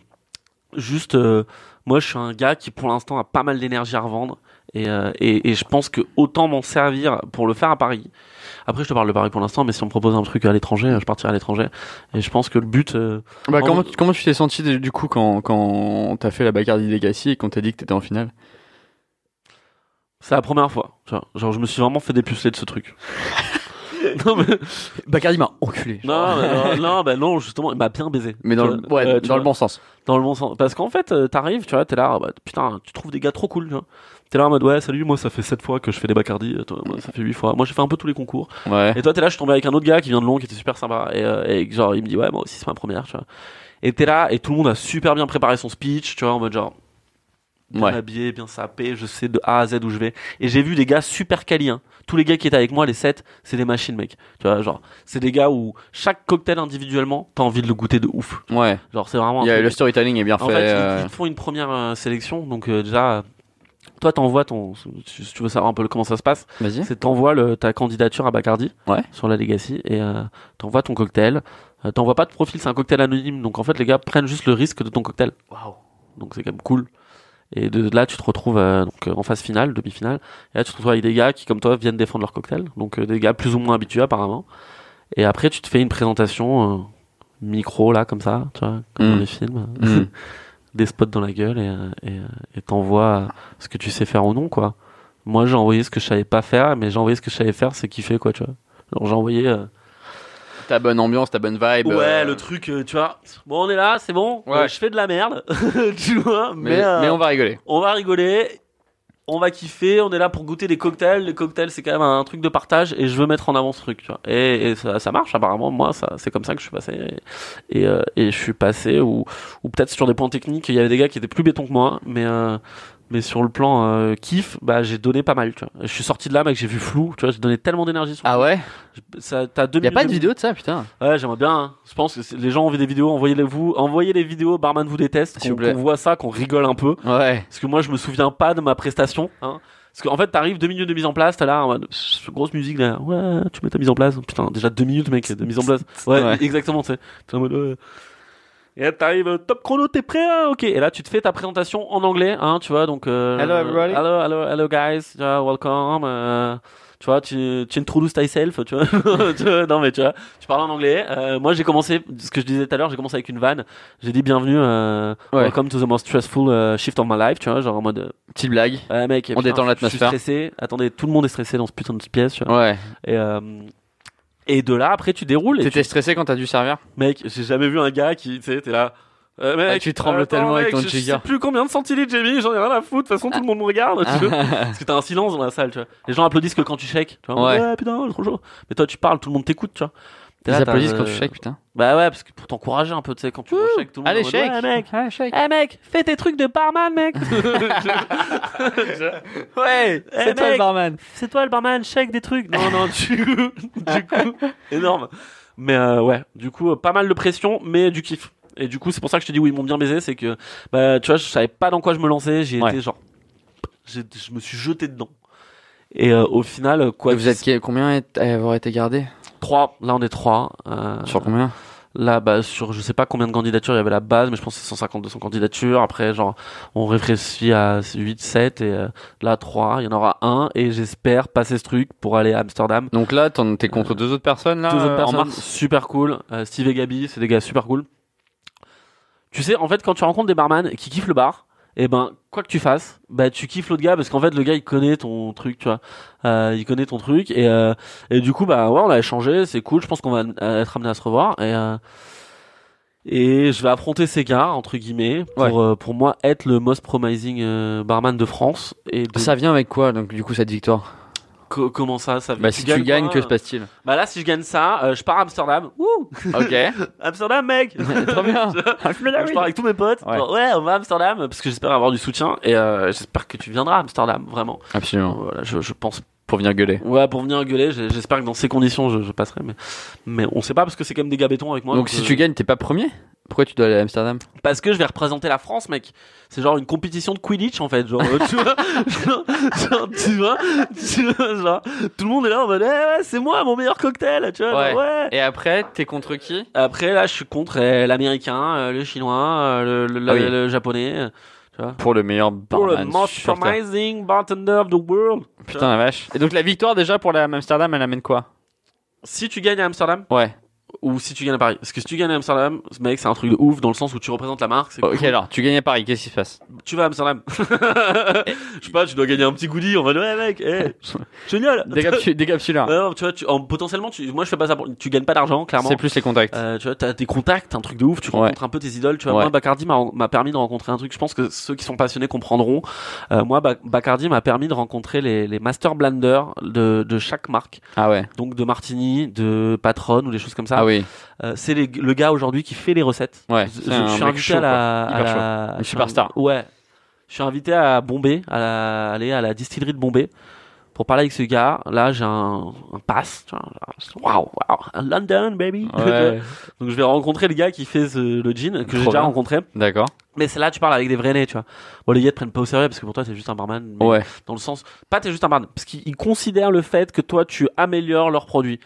[SPEAKER 2] juste euh, moi je suis un gars qui pour l'instant a pas mal d'énergie à revendre et, euh, et, et je pense que autant m'en servir pour le faire à Paris après je te parle de Paris pour l'instant mais si on me propose un truc à l'étranger je partirai à l'étranger et je pense que le but euh,
[SPEAKER 1] Bah,
[SPEAKER 2] En-
[SPEAKER 1] comment, tu- comment tu t'es senti du du coup quand, quand t'as fait la Bacardi Legacy et qu'on t'a dit que t'étais en finale
[SPEAKER 2] C'est la première fois. tu vois. Genre, je me suis vraiment fait dépuceler de ce truc.
[SPEAKER 1] *laughs*
[SPEAKER 2] non, mais,
[SPEAKER 1] Bacardi m'a enculé.
[SPEAKER 2] non, mais- non, non, bah non, justement, il m'a bien baisé.
[SPEAKER 1] Mais dans,
[SPEAKER 2] Tu
[SPEAKER 1] le,
[SPEAKER 2] vois,
[SPEAKER 1] ouais,
[SPEAKER 2] euh, tu
[SPEAKER 1] dans le
[SPEAKER 2] vois,
[SPEAKER 1] bon sens.
[SPEAKER 2] dans le bon sens. Parce qu'en fait, euh, t'arrives, tu vois, t'es là, ah bah, putain, tu trouves des gars trop cool, tu vois. T'es là en mode, ouais, salut, moi, ça fait 7 fois que je fais des Bacardi, euh, toi, moi, ça fait 8 fois. Moi, j'ai fait un peu tous les concours.
[SPEAKER 1] Ouais.
[SPEAKER 2] Et toi, t'es là, je suis tombé avec un autre gars qui vient de Lyon, qui était super sympa. Et, euh, et genre, il me dit, ouais, moi aussi, c'est ma première, tu vois. Et t'es là, et tout le monde a super bien préparé son speech, tu vois, en mode genre, bien
[SPEAKER 1] Ouais.
[SPEAKER 2] habillé, bien sapé, je sais de A à Z où je vais. Et j'ai vu des gars super quali, hein. Tous les gars qui étaient avec moi, les 7, c'est des machines, mec. Tu vois, genre, c'est des gars où chaque cocktail individuellement, t'as envie de le goûter de ouf.
[SPEAKER 1] Ouais.
[SPEAKER 2] Genre, c'est vraiment un
[SPEAKER 1] Il y a-
[SPEAKER 2] truc-
[SPEAKER 1] le storytelling est bien
[SPEAKER 2] en
[SPEAKER 1] fait.
[SPEAKER 2] fait, ils-
[SPEAKER 1] euh,
[SPEAKER 2] ils, te font une première euh, sélection, donc euh, déjà, euh, Toi, t'envoies ton. Si tu veux savoir un peu comment ça se passe,
[SPEAKER 1] Vas-y.
[SPEAKER 2] c'est t'envoies le- ta candidature à Bacardi
[SPEAKER 1] Hmm. Ouais.
[SPEAKER 2] sur la Legacy et euh, t'envoies ton cocktail. Euh, t'envoies pas de profil, c'est un cocktail anonyme. Donc en fait, les gars prennent juste le risque de ton cocktail. Donc c'est quand même cool. Et de, de là, tu te retrouves euh, donc, euh, en phase finale, demi-finale. Et là, tu te retrouves avec des gars qui, comme toi, viennent défendre leur cocktail. Donc euh, des gars plus ou moins habitués apparemment. Et après, tu te fais une présentation euh, micro, là, comme ça, tu vois, comme dans
[SPEAKER 1] Mm.
[SPEAKER 2] les films.
[SPEAKER 1] Mm.
[SPEAKER 2] *laughs* des spots dans la gueule et euh, et, euh, et t'envoies euh, ce que tu sais faire ou non quoi. Moi j'ai envoyé ce que je savais pas faire, mais j'ai envoyé ce que je savais faire, c'est kiffer quoi tu vois. Genre j'ai envoyé euh,
[SPEAKER 1] Ta bonne ambiance, ta bonne vibe. euh,
[SPEAKER 2] ouais le truc euh, tu vois. Bon on est là, c'est bon.
[SPEAKER 1] Ouais.
[SPEAKER 2] euh, je fais de la merde, *laughs* tu vois. Mais,
[SPEAKER 1] Mais,
[SPEAKER 2] euh,
[SPEAKER 1] mais on
[SPEAKER 2] on...
[SPEAKER 1] va rigoler.
[SPEAKER 2] va rigoler, on va kiffer, on est là pour goûter des cocktails. Les cocktails c'est quand même un truc de partage et je veux mettre en avant ce truc tu vois. Et, et ça, ça marche apparemment. Moi ça c'est comme ça que je suis passé et, et, euh, et je suis passé ou ou peut-être sur des points techniques, il y avait des gars qui étaient plus bétons que moi, mais euh, mais sur le plan euh, kiff, bah j'ai donné pas mal. Tu vois. Je suis sorti de là, mec, j'ai vu flou. Tu vois, j'ai donné tellement d'énergie. sur
[SPEAKER 1] Ah ouais
[SPEAKER 2] Je- Ça, t'as deux
[SPEAKER 1] Y a pas de
[SPEAKER 2] minutes
[SPEAKER 1] vidéo de ça, putain.
[SPEAKER 2] Ouais, j'aimerais bien. hein. Je pense que c'est- les gens ont envie des vidéos. Envoyez-les vous, envoyez les vidéos. Barman vous déteste.
[SPEAKER 1] S'il
[SPEAKER 2] Qu'on
[SPEAKER 1] vous plaît.
[SPEAKER 2] qu'on voit ça, qu'on rigole un peu.
[SPEAKER 1] Ouais.
[SPEAKER 2] Parce que moi, je me souviens pas de ma prestation. Hein. Parce qu'en fait, t'arrives deux minutes de mise en place, t'as là, en mode, pff, grosse musique, là, ouais, tu mets ta mise en place. Putain, déjà deux minutes, mec, de mise en place. Ouais,
[SPEAKER 1] Ouais.
[SPEAKER 2] exactement, tu sais. T'es en mode, ouais. Et là, t'arrives, euh, top chrono, t'es prêt, hein, ok. Et là, tu te fais ta présentation en anglais, hein, tu vois, donc. euh,
[SPEAKER 1] Hello, everybody.
[SPEAKER 2] Hello, hello, hello, guys, tu vois, welcome. euh, tu vois, tu, tu introduces thyself, tu vois. *laughs* Tu vois, non, mais tu vois, tu parles en anglais. Euh, moi, j'ai commencé, ce que je disais tout à l'heure, j'ai commencé avec une vanne. J'ai dit bienvenue, euh,
[SPEAKER 1] Ouais.
[SPEAKER 2] welcome to the most stressful euh, shift of my life, tu vois, genre en mode, euh,
[SPEAKER 1] Petite blague.
[SPEAKER 2] ouais, mec,
[SPEAKER 1] On détend l'atmosphère.
[SPEAKER 2] Je suis stressé. Attendez, tout le monde est stressé dans ce putain de pièce, tu vois.
[SPEAKER 1] Ouais.
[SPEAKER 2] Et, euh, et de là, après, tu déroules. Et tu-
[SPEAKER 1] T'étais stressé quand t'as dû servir
[SPEAKER 2] Mec, j'ai jamais vu un gars qui, tu sais, t'es là. Euh, mec,
[SPEAKER 1] Ah, tu trembles
[SPEAKER 2] attends,
[SPEAKER 1] tellement avec
[SPEAKER 2] mec,
[SPEAKER 1] ton
[SPEAKER 2] je- Je
[SPEAKER 1] jigger.
[SPEAKER 2] sais plus combien de centilitres j'ai mis, j'en ai rien à foutre. De toute façon, tout le monde me regarde. tu vois.
[SPEAKER 1] *laughs*
[SPEAKER 2] Parce que t'as un silence dans la salle, tu vois. Les gens applaudissent que quand tu shakes. Tu vois,
[SPEAKER 1] Ouais.
[SPEAKER 2] putain, trop chaud. Mais toi, tu parles, tout le monde t'écoute, tu vois.
[SPEAKER 1] Ils
[SPEAKER 2] T'es là, t'as,
[SPEAKER 1] applaudissent quand
[SPEAKER 2] euh,
[SPEAKER 1] tu shakes, puputain.
[SPEAKER 2] Bah ouais, parce que pour t'encourager un peu, tu sais, quand tu shakes, tout le monde. est
[SPEAKER 1] Allez,
[SPEAKER 2] en mode,
[SPEAKER 1] shake.
[SPEAKER 2] Ouais, mec.
[SPEAKER 1] Allez, Ah,
[SPEAKER 2] *laughs*
[SPEAKER 1] shake.
[SPEAKER 2] Eh mec, fais tes trucs de
[SPEAKER 1] *laughs*
[SPEAKER 2] barman, mec. ouais, eh, mec,
[SPEAKER 1] barman.
[SPEAKER 2] c'est toi le barman, chèque des trucs. Non, non, du coup, *laughs* du coup, énorme. Mais euh, ouais, du coup, euh, pas mal de pression, mais du kiff. Et du coup, c'est pour ça que je te dis, oui, ils m'ont bien baisé, c'est que, bah, tu vois, je savais pas dans quoi je me lançais, j'ai
[SPEAKER 1] Ouais.
[SPEAKER 2] été genre, j'ai- je me suis jeté dedans. Et euh, au final, quoi,
[SPEAKER 1] vous êtes qui- combien est- à avoir été gardé
[SPEAKER 2] trois, là on est trois. Euh,
[SPEAKER 1] Sur combien
[SPEAKER 2] Là, bah, sur je sais pas combien de candidatures il y avait la base, mais je pense que c'est 150, 200 candidatures. Après, genre, on réfléchit à 8, 7 et euh, là, 3. Il y en aura un et j'espère passer ce truc pour aller à Amsterdam.
[SPEAKER 1] Donc là, t'en- t'es contre deux autres personnes là
[SPEAKER 2] Euh, Deux autres
[SPEAKER 1] euh,
[SPEAKER 2] personnes
[SPEAKER 1] en mars
[SPEAKER 2] super cool. Euh, Steve et Gabi, c'est des gars super cool. Tu sais, en fait, quand tu rencontres des barman qui kiffent le bar, et ben, quoi que tu fasses, bah, tu kiffes l'autre gars parce qu'en fait, le gars, il connaît ton truc, tu vois. Euh, il connaît ton truc et, euh, et du coup, bah, ouais, on l'a échangé, c'est cool. Je pense qu'on va euh, être amené à se revoir et. euh, et je vais affronter ces gars entre guillemets pour
[SPEAKER 1] Ouais.
[SPEAKER 2] euh, pour moi être le most promising euh, barman de France et de
[SPEAKER 1] Ça vient avec quoi donc du coup cette victoire
[SPEAKER 2] co- comment ça ça
[SPEAKER 1] Bah si tu gagnes,
[SPEAKER 2] quoi
[SPEAKER 1] que se
[SPEAKER 2] *laughs*
[SPEAKER 1] passe-t-il
[SPEAKER 2] bah là si je gagne ça euh, je pars à Amsterdam Wouh
[SPEAKER 1] Ok.
[SPEAKER 2] *laughs* Amsterdam, mec
[SPEAKER 1] Trop bien.
[SPEAKER 2] Je pars avec tous mes potes.
[SPEAKER 1] Ouais.
[SPEAKER 2] Genre, Ah, Ouais, on va à Amsterdam parce que j'espère avoir du soutien et euh, j'espère que tu viendras à Amsterdam, vraiment. Euh,
[SPEAKER 1] Absolument.
[SPEAKER 2] Voilà, je, je pense.
[SPEAKER 1] Pour venir gueuler.
[SPEAKER 2] Ouais, pour venir gueuler, j'ai- j'espère que dans ces conditions je, je passerai, mais, mais on sait pas parce que c'est quand même des gars bétons avec moi. euh,
[SPEAKER 1] Donc
[SPEAKER 2] que-
[SPEAKER 1] si tu gagnes, t'es pas premier Pourquoi tu dois aller à Amsterdam
[SPEAKER 2] Parce que je vais représenter la France, mec. C'est genre une compétition de Quidditch en fait. Genre, euh, tu vois, *laughs* genre, genre, tu vois, tu vois, genre, tout le monde est là en mode, Eh ouais, c'est moi mon meilleur cocktail, tu vois, genre,
[SPEAKER 1] Ouais.
[SPEAKER 2] ouais.
[SPEAKER 1] Et après, t'es contre qui
[SPEAKER 2] Après, là, je suis contre euh, l'américain, euh, le chinois, euh, le, le-
[SPEAKER 1] Ah oui.
[SPEAKER 2] le japonais. euh, Tu vois.
[SPEAKER 1] Pour le meilleur
[SPEAKER 2] Pour le
[SPEAKER 1] barman
[SPEAKER 2] most
[SPEAKER 1] sur Terre.
[SPEAKER 2] promising bartender of the world.
[SPEAKER 1] Putain la vache. Et donc la victoire déjà pour la Amsterdam, elle amène quoi
[SPEAKER 2] Si tu gagnes à Amsterdam
[SPEAKER 1] Ouais.
[SPEAKER 2] ou si tu gagnes à Paris. Parce que si tu gagnes à Amsterdam, ce mec, c'est un truc de ouf dans le sens où tu représentes la marque. c'est
[SPEAKER 1] Ok
[SPEAKER 2] cool.
[SPEAKER 1] alors, tu gagnes à Paris, qu'est-ce qui se
[SPEAKER 2] *laughs*
[SPEAKER 1] passe
[SPEAKER 2] Tu vas à Amsterdam. Je sais pas, tu dois gagner un petit goodie. On va dire, ouais, mec, *laughs* eh, génial.
[SPEAKER 1] Décapsu- Décapsuleur.
[SPEAKER 2] *laughs* Ouais, non, tu vois, tu, en- potentiellement, tu, moi, je fais pas ça pour, tu gagnes pas d'argent, clairement.
[SPEAKER 1] C'est plus les contacts.
[SPEAKER 2] Euh, tu vois, t'as des contacts, un truc de ouf, tu
[SPEAKER 1] Ouais.
[SPEAKER 2] rencontres un peu tes idoles, tu vois.
[SPEAKER 1] Ouais.
[SPEAKER 2] Moi, Bacardi m'a m'a permis de rencontrer un truc, je pense que ceux qui sont passionnés comprendront. Euh, moi, Ba- Bacardi m'a permis de rencontrer les, les master blenders de, de chaque marque,
[SPEAKER 1] Ah ouais.
[SPEAKER 2] donc de Martini, de Patron ou des choses comme ça.
[SPEAKER 1] Ah oui.
[SPEAKER 2] Euh, c'est les- le gars aujourd'hui qui fait les recettes.
[SPEAKER 1] Ouais,
[SPEAKER 2] Je-
[SPEAKER 1] c'est
[SPEAKER 2] je,
[SPEAKER 1] un
[SPEAKER 2] je suis
[SPEAKER 1] mec
[SPEAKER 2] invité
[SPEAKER 1] chaud,
[SPEAKER 2] à la,
[SPEAKER 1] quoi.
[SPEAKER 2] à
[SPEAKER 1] Hyper
[SPEAKER 2] la-
[SPEAKER 1] Une
[SPEAKER 2] je suis
[SPEAKER 1] superstar.
[SPEAKER 2] invi- ouais. Je suis invité à Bombay, à la, aller à la distillerie de Bombay pour parler avec ce gars. Là, j'ai un, un pass. tu vois, genre, Waouh, waouh, London, baby.
[SPEAKER 1] Ouais.
[SPEAKER 2] *laughs* Donc je vais rencontrer le gars qui fait ce- le jean que
[SPEAKER 1] Trop
[SPEAKER 2] j'ai déjà
[SPEAKER 1] bien.
[SPEAKER 2] rencontré.
[SPEAKER 1] D'accord.
[SPEAKER 2] Mais c'est là tu parles avec des vrais nez, tu vois. Bon, les gars te prennent pas au sérieux parce que pour toi, t'es juste un barman. mais
[SPEAKER 1] Ouais.
[SPEAKER 2] Dans le sens, pas t'es juste un barman, parce qu'ils considèrent le fait que toi, tu améliores leurs produits.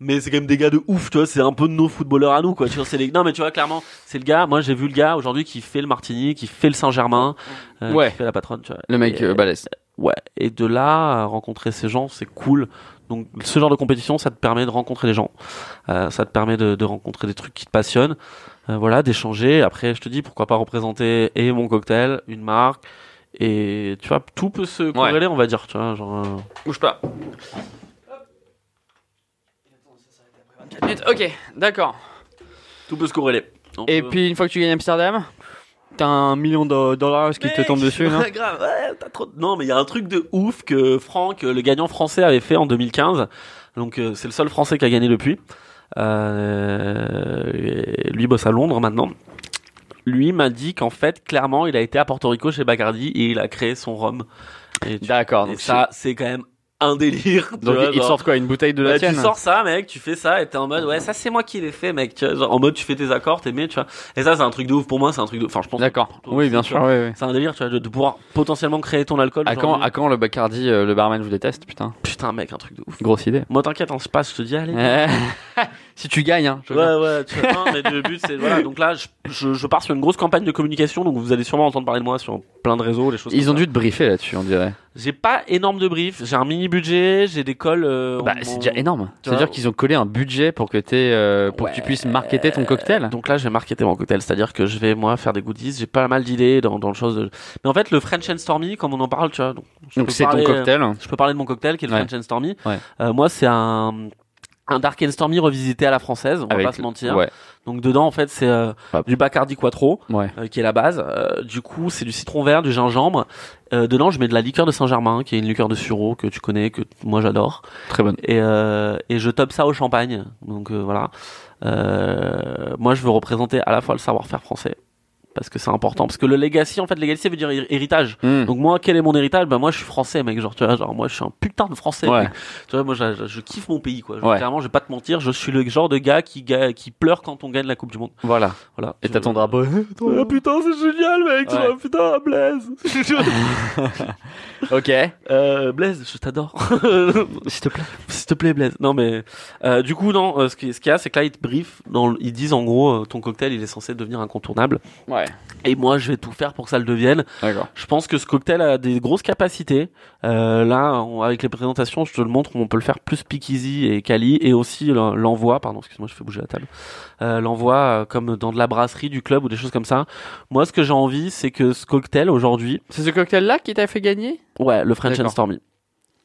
[SPEAKER 2] Mais c'est quand même des gars de ouf, tu vois. C'est un peu nos footballeurs à nous, quoi. Tu vois, c'est les... non, mais tu vois clairement, c'est le gars. Moi, j'ai vu le gars aujourd'hui qui fait le Martini, qui fait le Saint-Germain, euh,
[SPEAKER 1] Ouais.
[SPEAKER 2] qui fait la patronne, tu vois.
[SPEAKER 1] Le mec
[SPEAKER 2] Et-
[SPEAKER 1] euh, balèze.
[SPEAKER 2] Ouais, et de là, à rencontrer ces gens, c'est cool. Donc, ce genre de compétition, ça te permet de rencontrer des gens. Euh, ça te permet de, de rencontrer des trucs qui te passionnent. Euh, voilà, d'échanger. Après, je te dis, pourquoi pas représenter et mon cocktail, une marque. Et tu vois, tout peut se corréler, on va dire. Tu vois, genre, euh,
[SPEAKER 1] Bouge pas. Ok, d'accord.
[SPEAKER 2] tout peut se corréler. euh, On
[SPEAKER 1] Et
[SPEAKER 2] peut-
[SPEAKER 1] puis une fois que tu gagnes Amsterdam, t'as un million de dollars qui te
[SPEAKER 2] Mec,
[SPEAKER 1] tombe dessus, non
[SPEAKER 2] *laughs* ouais, grave, ouais, t'as trop de- Non, mais il y a un truc de ouf que Franck, euh, le gagnant français, avait fait en 2015. Donc, euh, c'est le seul français qui a gagné depuis. Euh, et lui bosse à Londres maintenant. Lui m'a dit qu'en fait, clairement, il a été à Porto Rico chez Bacardi et il a créé son rhum. Et, tu-
[SPEAKER 1] D'accord,
[SPEAKER 2] et
[SPEAKER 1] donc
[SPEAKER 2] ça, c'est quand même un délire. tu
[SPEAKER 1] c'est- Bah, Donc
[SPEAKER 2] vois,
[SPEAKER 1] ils
[SPEAKER 2] genre-
[SPEAKER 1] sortent quoi Une bouteille de la
[SPEAKER 2] Ouais,
[SPEAKER 1] tienne
[SPEAKER 2] tu sors ça, mec, tu fais ça, et t'es en mode, ouais, ça c'est moi qui l'ai fait, mec. Tu vois, genre, en mode, tu fais tes accords, t'es mis, tu vois. Et ça, c'est un truc de ouf pour moi, c'est un truc de. Enfin, je pense.
[SPEAKER 1] D'accord.
[SPEAKER 2] Toi
[SPEAKER 1] Oui,
[SPEAKER 2] aussi,
[SPEAKER 1] bien
[SPEAKER 2] tu
[SPEAKER 1] sûr. ouais, ouais.
[SPEAKER 2] C'est un délire, tu vois, de, de pouvoir potentiellement créer ton alcool.
[SPEAKER 1] À quand,
[SPEAKER 2] aujourd'hui.
[SPEAKER 1] à quand le Bacardi, euh, le barman vous déteste Putain,
[SPEAKER 2] Putain, mec, un truc de ouf.
[SPEAKER 1] grosse
[SPEAKER 2] *laughs*
[SPEAKER 1] idée.
[SPEAKER 2] Moi, t'inquiète, on se passe, je te dis, allez.
[SPEAKER 1] Eh, si tu gagnes, hein. je veux
[SPEAKER 2] Ouais, ouais, tu vois, non, mais le but, c'est, voilà, donc là, je, je, je pars sur une grosse campagne de communication, donc vous allez sûrement entendre parler de moi sur plein de réseaux, les choses
[SPEAKER 1] Ils ont
[SPEAKER 2] comme ça.
[SPEAKER 1] dû te briefer là-dessus, on dirait.
[SPEAKER 2] J'ai pas énorme de brief, j'ai un mini budget, j'ai des cols. euh,
[SPEAKER 1] Bah,
[SPEAKER 2] on-
[SPEAKER 1] c'est déjà énorme.
[SPEAKER 2] Tu vois,
[SPEAKER 1] C'est-à-dire qu'ils ont collé un budget pour que, t'aies, euh, pour que tu
[SPEAKER 2] Ouais.
[SPEAKER 1] puisses marketer ton cocktail.
[SPEAKER 2] Donc là, je vais marketer mon cocktail, c'est-à-dire que je vais moi faire des goodies. J'ai pas mal d'idées dans, dans le chose. de- Mais en fait, le French and Stormy, comme on en parle, tu vois. Donc, je
[SPEAKER 1] Donc
[SPEAKER 2] peux
[SPEAKER 1] c'est ton
[SPEAKER 2] parler, euh,
[SPEAKER 1] cocktail.
[SPEAKER 2] Je peux parler de mon cocktail qui est le
[SPEAKER 1] Ouais.
[SPEAKER 2] French and Stormy.
[SPEAKER 1] Ouais.
[SPEAKER 2] Euh, moi, c'est un, un Dark and Stormy revisité à la française, on
[SPEAKER 1] Avec-
[SPEAKER 2] va pas se mentir.
[SPEAKER 1] Ouais.
[SPEAKER 2] Donc dedans, en fait, c'est euh,
[SPEAKER 1] Hop.
[SPEAKER 2] du Bacardi Quattro,
[SPEAKER 1] Ouais.
[SPEAKER 2] euh, qui est la base. Euh, du coup, c'est du citron vert, du gingembre. Euh, dedans, je mets de la liqueur de Saint-Germain, qui est une liqueur de sureau que tu connais, que t- moi j'adore.
[SPEAKER 1] Très bonne.
[SPEAKER 2] Et, euh, et je top ça au champagne. Donc euh, voilà. Euh, moi, je veux représenter à la fois le savoir-faire français, parce que c'est important. Parce que le legacy, en fait, legacy veut dire hé- héritage.
[SPEAKER 1] Hmm.
[SPEAKER 2] *laughs* Donc moi, quel est mon héritage Ben moi, je suis français, mec. Genre, tu vois, genre moi, je suis un putain de français.
[SPEAKER 1] Ouais.
[SPEAKER 2] mec. Tu vois, moi, je, je- je kiffe mon pays, quoi. Genre,
[SPEAKER 1] Ouais.
[SPEAKER 2] Clairement, je vais pas te mentir, je suis le genre de gars qui, ga- qui pleure quand on gagne la Coupe du Monde.
[SPEAKER 1] Voilà.
[SPEAKER 2] Voilà.
[SPEAKER 1] Et
[SPEAKER 2] Je-
[SPEAKER 1] t'as ton
[SPEAKER 2] *laughs*
[SPEAKER 1] drapeau.
[SPEAKER 2] Oh, putain, c'est génial, mec.
[SPEAKER 1] Ouais.
[SPEAKER 2] Oh, Putain, Blaise. *laughs*
[SPEAKER 1] ok.
[SPEAKER 2] Euh, Blaise, je t'adore. *laughs*
[SPEAKER 1] S'il te plaît.
[SPEAKER 2] S'il te plaît, Blaise. Non, mais euh, du coup, non. euh, ce qui- ce qu'il y a, c'est que là, ils te briefent. Dans, le- ils disent en gros, euh, ton cocktail, il est censé devenir incontournable.
[SPEAKER 1] Ouais.
[SPEAKER 2] Et moi, je vais tout faire pour que ça le devienne.
[SPEAKER 1] D'accord.
[SPEAKER 2] Je pense que ce cocktail a des grosses capacités. Euh, là, on- avec les présentations, je te le montre, on peut le faire plus Speakeasy et Cali, et aussi l'en- l'envoi, pardon, excuse-moi, je fais bouger la table. Euh, l'envoi euh, comme dans de la brasserie, du club ou des choses comme ça. Moi, ce que j'ai envie, c'est que ce cocktail aujourd'hui,
[SPEAKER 1] C'est ce cocktail-là qui t'a fait gagner
[SPEAKER 2] ouais, le French and
[SPEAKER 1] D'accord.
[SPEAKER 2] Stormy.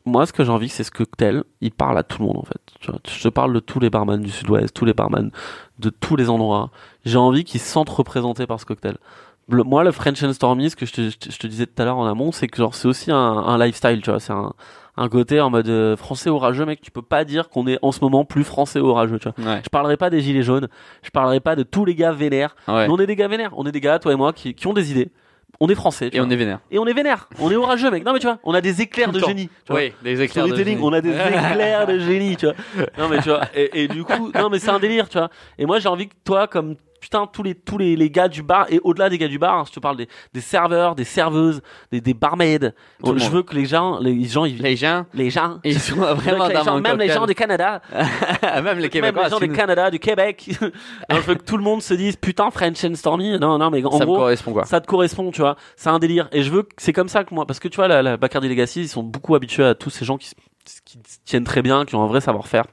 [SPEAKER 2] Moi, ce que j'ai envie, c'est ce cocktail, il parle à tout le monde en fait. Tu vois, Je te parle de tous les barman du Sud-Ouest, tous les barman de tous les endroits. J'ai envie qu'ils se sentent représentés par ce cocktail. Le- moi, le French and Stormy, ce que je te, je te- je te disais tout à l'heure en amont, c'est que genre c'est aussi un, un lifestyle, tu vois. C'est un, un côté en mode euh, français orageux, mec. Tu peux pas dire qu'on est en ce moment plus français orageux, tu vois.
[SPEAKER 1] Ouais.
[SPEAKER 2] Je parlerai pas des gilets jaunes. Je parlerai pas de tous les gars vénères.
[SPEAKER 1] ouais.
[SPEAKER 2] Mais on est des gars vénères. On est des gars, toi et moi, qui, qui ont des idées. On est français. tu
[SPEAKER 1] Et on
[SPEAKER 2] vois.
[SPEAKER 1] est vénère.
[SPEAKER 2] et on est vénère. On est orageux, mec. Non mais tu vois, on a des éclairs
[SPEAKER 1] Tout le
[SPEAKER 2] de
[SPEAKER 1] temps.
[SPEAKER 2] génie. tu vois.
[SPEAKER 1] Oui, des éclairs. de
[SPEAKER 2] Storytelling,
[SPEAKER 1] génie.
[SPEAKER 2] on
[SPEAKER 1] *laughs*
[SPEAKER 2] a des éclairs de génie, tu vois. Non mais tu vois, et, et du coup, non mais c'est un délire, tu vois. Et moi j'ai envie que toi, comme putain tous les tous les, les gars du bar et au-delà des gars du bar, hein, je te parle des, des serveurs, des serveuses, des, des barmaids.
[SPEAKER 1] Tout le
[SPEAKER 2] je
[SPEAKER 1] monde.
[SPEAKER 2] veux que les gens, les gens, ils, les,
[SPEAKER 1] Les gens,
[SPEAKER 2] gens,
[SPEAKER 1] *laughs* ils sont vraiment
[SPEAKER 2] Je veux que les
[SPEAKER 1] dans
[SPEAKER 2] gens-
[SPEAKER 1] mon
[SPEAKER 2] même les
[SPEAKER 1] cocktail.
[SPEAKER 2] gens du Canada,
[SPEAKER 1] même les Québécois.
[SPEAKER 2] même les gens
[SPEAKER 1] si
[SPEAKER 2] du
[SPEAKER 1] nous-
[SPEAKER 2] Canada, du Québec. *laughs* Non, je veux que tout le monde se dise putain French and Stormy. Non non mais en
[SPEAKER 1] ça me
[SPEAKER 2] gros,
[SPEAKER 1] correspond quoi.
[SPEAKER 2] ça te correspond, tu vois. C'est un délire. Et je veux que c'est comme ça que moi, parce que tu vois, la, la Bacardi Legacy, ils sont beaucoup habitués à tous ces gens qui, s- qui s- tiennent très bien, qui ont un vrai savoir-faire.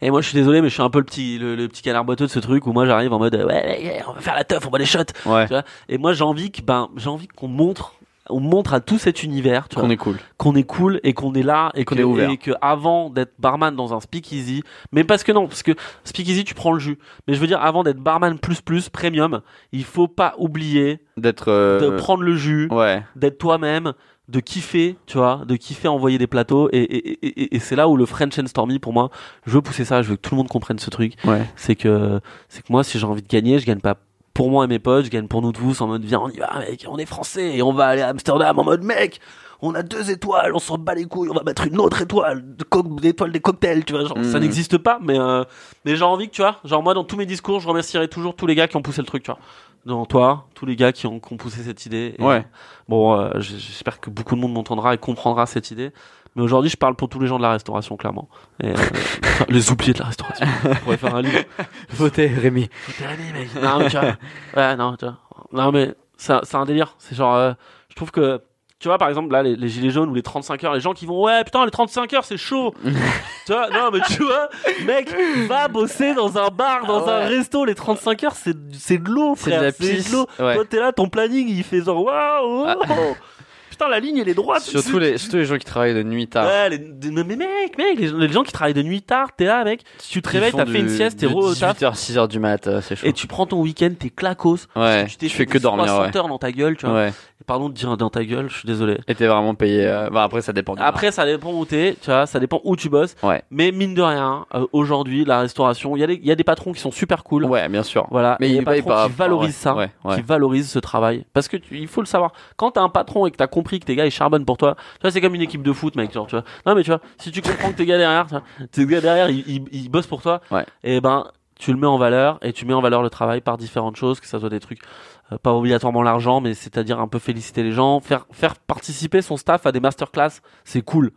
[SPEAKER 2] Et moi, je suis désolé, mais je suis un peu le petit, le, le petit canard boiteux de ce truc où moi, j'arrive en mode, euh, ouais, ouais, ouais, on va faire la teuf, on va les shots.
[SPEAKER 1] Ouais.
[SPEAKER 2] Tu vois Et moi, j'ai envie que, ben, j'ai envie qu'on montre, on montre à tout cet univers, tu vois,
[SPEAKER 1] Qu'on est cool.
[SPEAKER 2] qu'on est cool et qu'on est là et
[SPEAKER 1] Qu'on
[SPEAKER 2] que-
[SPEAKER 1] est ouvert.
[SPEAKER 2] et que avant d'être barman dans un speakeasy, mais parce que non, parce que speakeasy tu prends le jus. Mais je veux dire avant d'être barman plus plus premium, il faut pas oublier
[SPEAKER 1] D'être.
[SPEAKER 2] de
[SPEAKER 1] euh,
[SPEAKER 2] prendre le jus,
[SPEAKER 1] Ouais.
[SPEAKER 2] d'être toi-même, de kiffer, tu vois, de kiffer envoyer des plateaux. Et, et- et- et- et c'est là où le French and Stormy, pour moi, je veux pousser ça, je veux que tout le monde comprenne ce truc.
[SPEAKER 1] Ouais.
[SPEAKER 2] C'est que, c'est que moi, si j'ai envie de gagner, je gagne pas pour moi et mes potes, je gagne pour nous tous en mode viens, on y va, mec, on est français et on va aller à Amsterdam en mode mec. On a deux étoiles, on s'en bat les couilles, on va mettre une autre étoile, de co- l'étoile des cocktails, tu vois, genre, ça
[SPEAKER 1] Mm.
[SPEAKER 2] n'existe pas, mais, euh, mais j'ai envie que, tu vois, genre moi dans tous mes discours, je remercierai toujours tous les gars qui ont poussé le truc, tu vois. dans toi, tous les gars qui ont, qui ont poussé cette idée. Et,
[SPEAKER 1] Ouais.
[SPEAKER 2] Bon, euh, j- j'espère que beaucoup de monde m'entendra et comprendra cette idée. Mais aujourd'hui, je parle pour tous les gens de la restauration, clairement. Et, euh, les oubliés de la restauration. On pourrait faire un livre.
[SPEAKER 1] Votez, Rémi.
[SPEAKER 2] Putain, mais mec. Non, mais
[SPEAKER 1] *laughs*
[SPEAKER 2] tu vois. Ouais, non, tu vois. Non, mais c'est un- c'est un délire. C'est genre, euh, je trouve que, tu vois, par exemple, là, les, les gilets jaunes ou les 35 heures, les gens qui vont, ouais, putain, les 35 heures,
[SPEAKER 1] *laughs*
[SPEAKER 2] c'est chaud. tu vois, non, mais tu vois, mec, va bosser dans un bar, dans
[SPEAKER 1] Ah ouais.
[SPEAKER 2] un resto, les 35 heures, c'est c'est de l'eau,
[SPEAKER 1] C'est de la
[SPEAKER 2] frère. C'est
[SPEAKER 1] pisse.
[SPEAKER 2] de l'eau.
[SPEAKER 1] Ouais.
[SPEAKER 2] Toi, t'es là, ton planning, il fait genre, waouh,
[SPEAKER 1] Ah.
[SPEAKER 2] oh. putain, la ligne, elle est droite.
[SPEAKER 1] Surtout les, surtout les gens qui travaillent de nuit tard.
[SPEAKER 2] Ouais, les- mais mec, mec, les, les gens qui travaillent de nuit tard, t'es là, mec, tu te réveilles, t'as fait une sieste, t'es re au taf,
[SPEAKER 1] 18h, 6h du mat, euh, c'est chaud.
[SPEAKER 2] et tu prends ton week-end, t'es clacos,
[SPEAKER 1] ouais,
[SPEAKER 2] tu
[SPEAKER 1] tu,
[SPEAKER 2] t'es
[SPEAKER 1] fais que dormir,
[SPEAKER 2] 60
[SPEAKER 1] ouais.
[SPEAKER 2] heures dans ta gueule, tu vois.
[SPEAKER 1] Ouais.
[SPEAKER 2] Pardon de dire dans ta gueule, je suis désolé.
[SPEAKER 1] Et t'es vraiment payé. euh, Bah, après, ça dépend. du
[SPEAKER 2] Après, ça dépend où t'es, tu vois, ça dépend où tu bosses.
[SPEAKER 1] Ouais.
[SPEAKER 2] Mais mine de rien, euh, aujourd'hui, la restauration, il y, a des- il y a des patrons qui sont super cool.
[SPEAKER 1] bar. Ouais, bien sûr.
[SPEAKER 2] Voilà.
[SPEAKER 1] Mais
[SPEAKER 2] Et
[SPEAKER 1] il
[SPEAKER 2] des
[SPEAKER 1] paye
[SPEAKER 2] patrons
[SPEAKER 1] pas.
[SPEAKER 2] qui valorisent
[SPEAKER 1] ouais,
[SPEAKER 2] ça.
[SPEAKER 1] Ouais, ouais.
[SPEAKER 2] qui valorise ce travail. Parce que tu- il faut le savoir. Quand t'as un patron et que t'as compris que tes gars ils charbonnent pour toi, tu vois, c'est comme une équipe de foot, mec. Genre, tu vois. Non, mais tu vois, si tu comprends que tes gars derrière, tu vois, tes gars derrière, ils, ils, ils bossent pour toi.
[SPEAKER 1] Ouais.
[SPEAKER 2] Et ben, tu le mets en valeur et tu mets en valeur le travail par différentes choses, que ça soit des trucs euh, pas obligatoirement l'argent, mais c'est-à-dire un peu féliciter les gens, faire faire participer son staff à des masterclass, c'est cool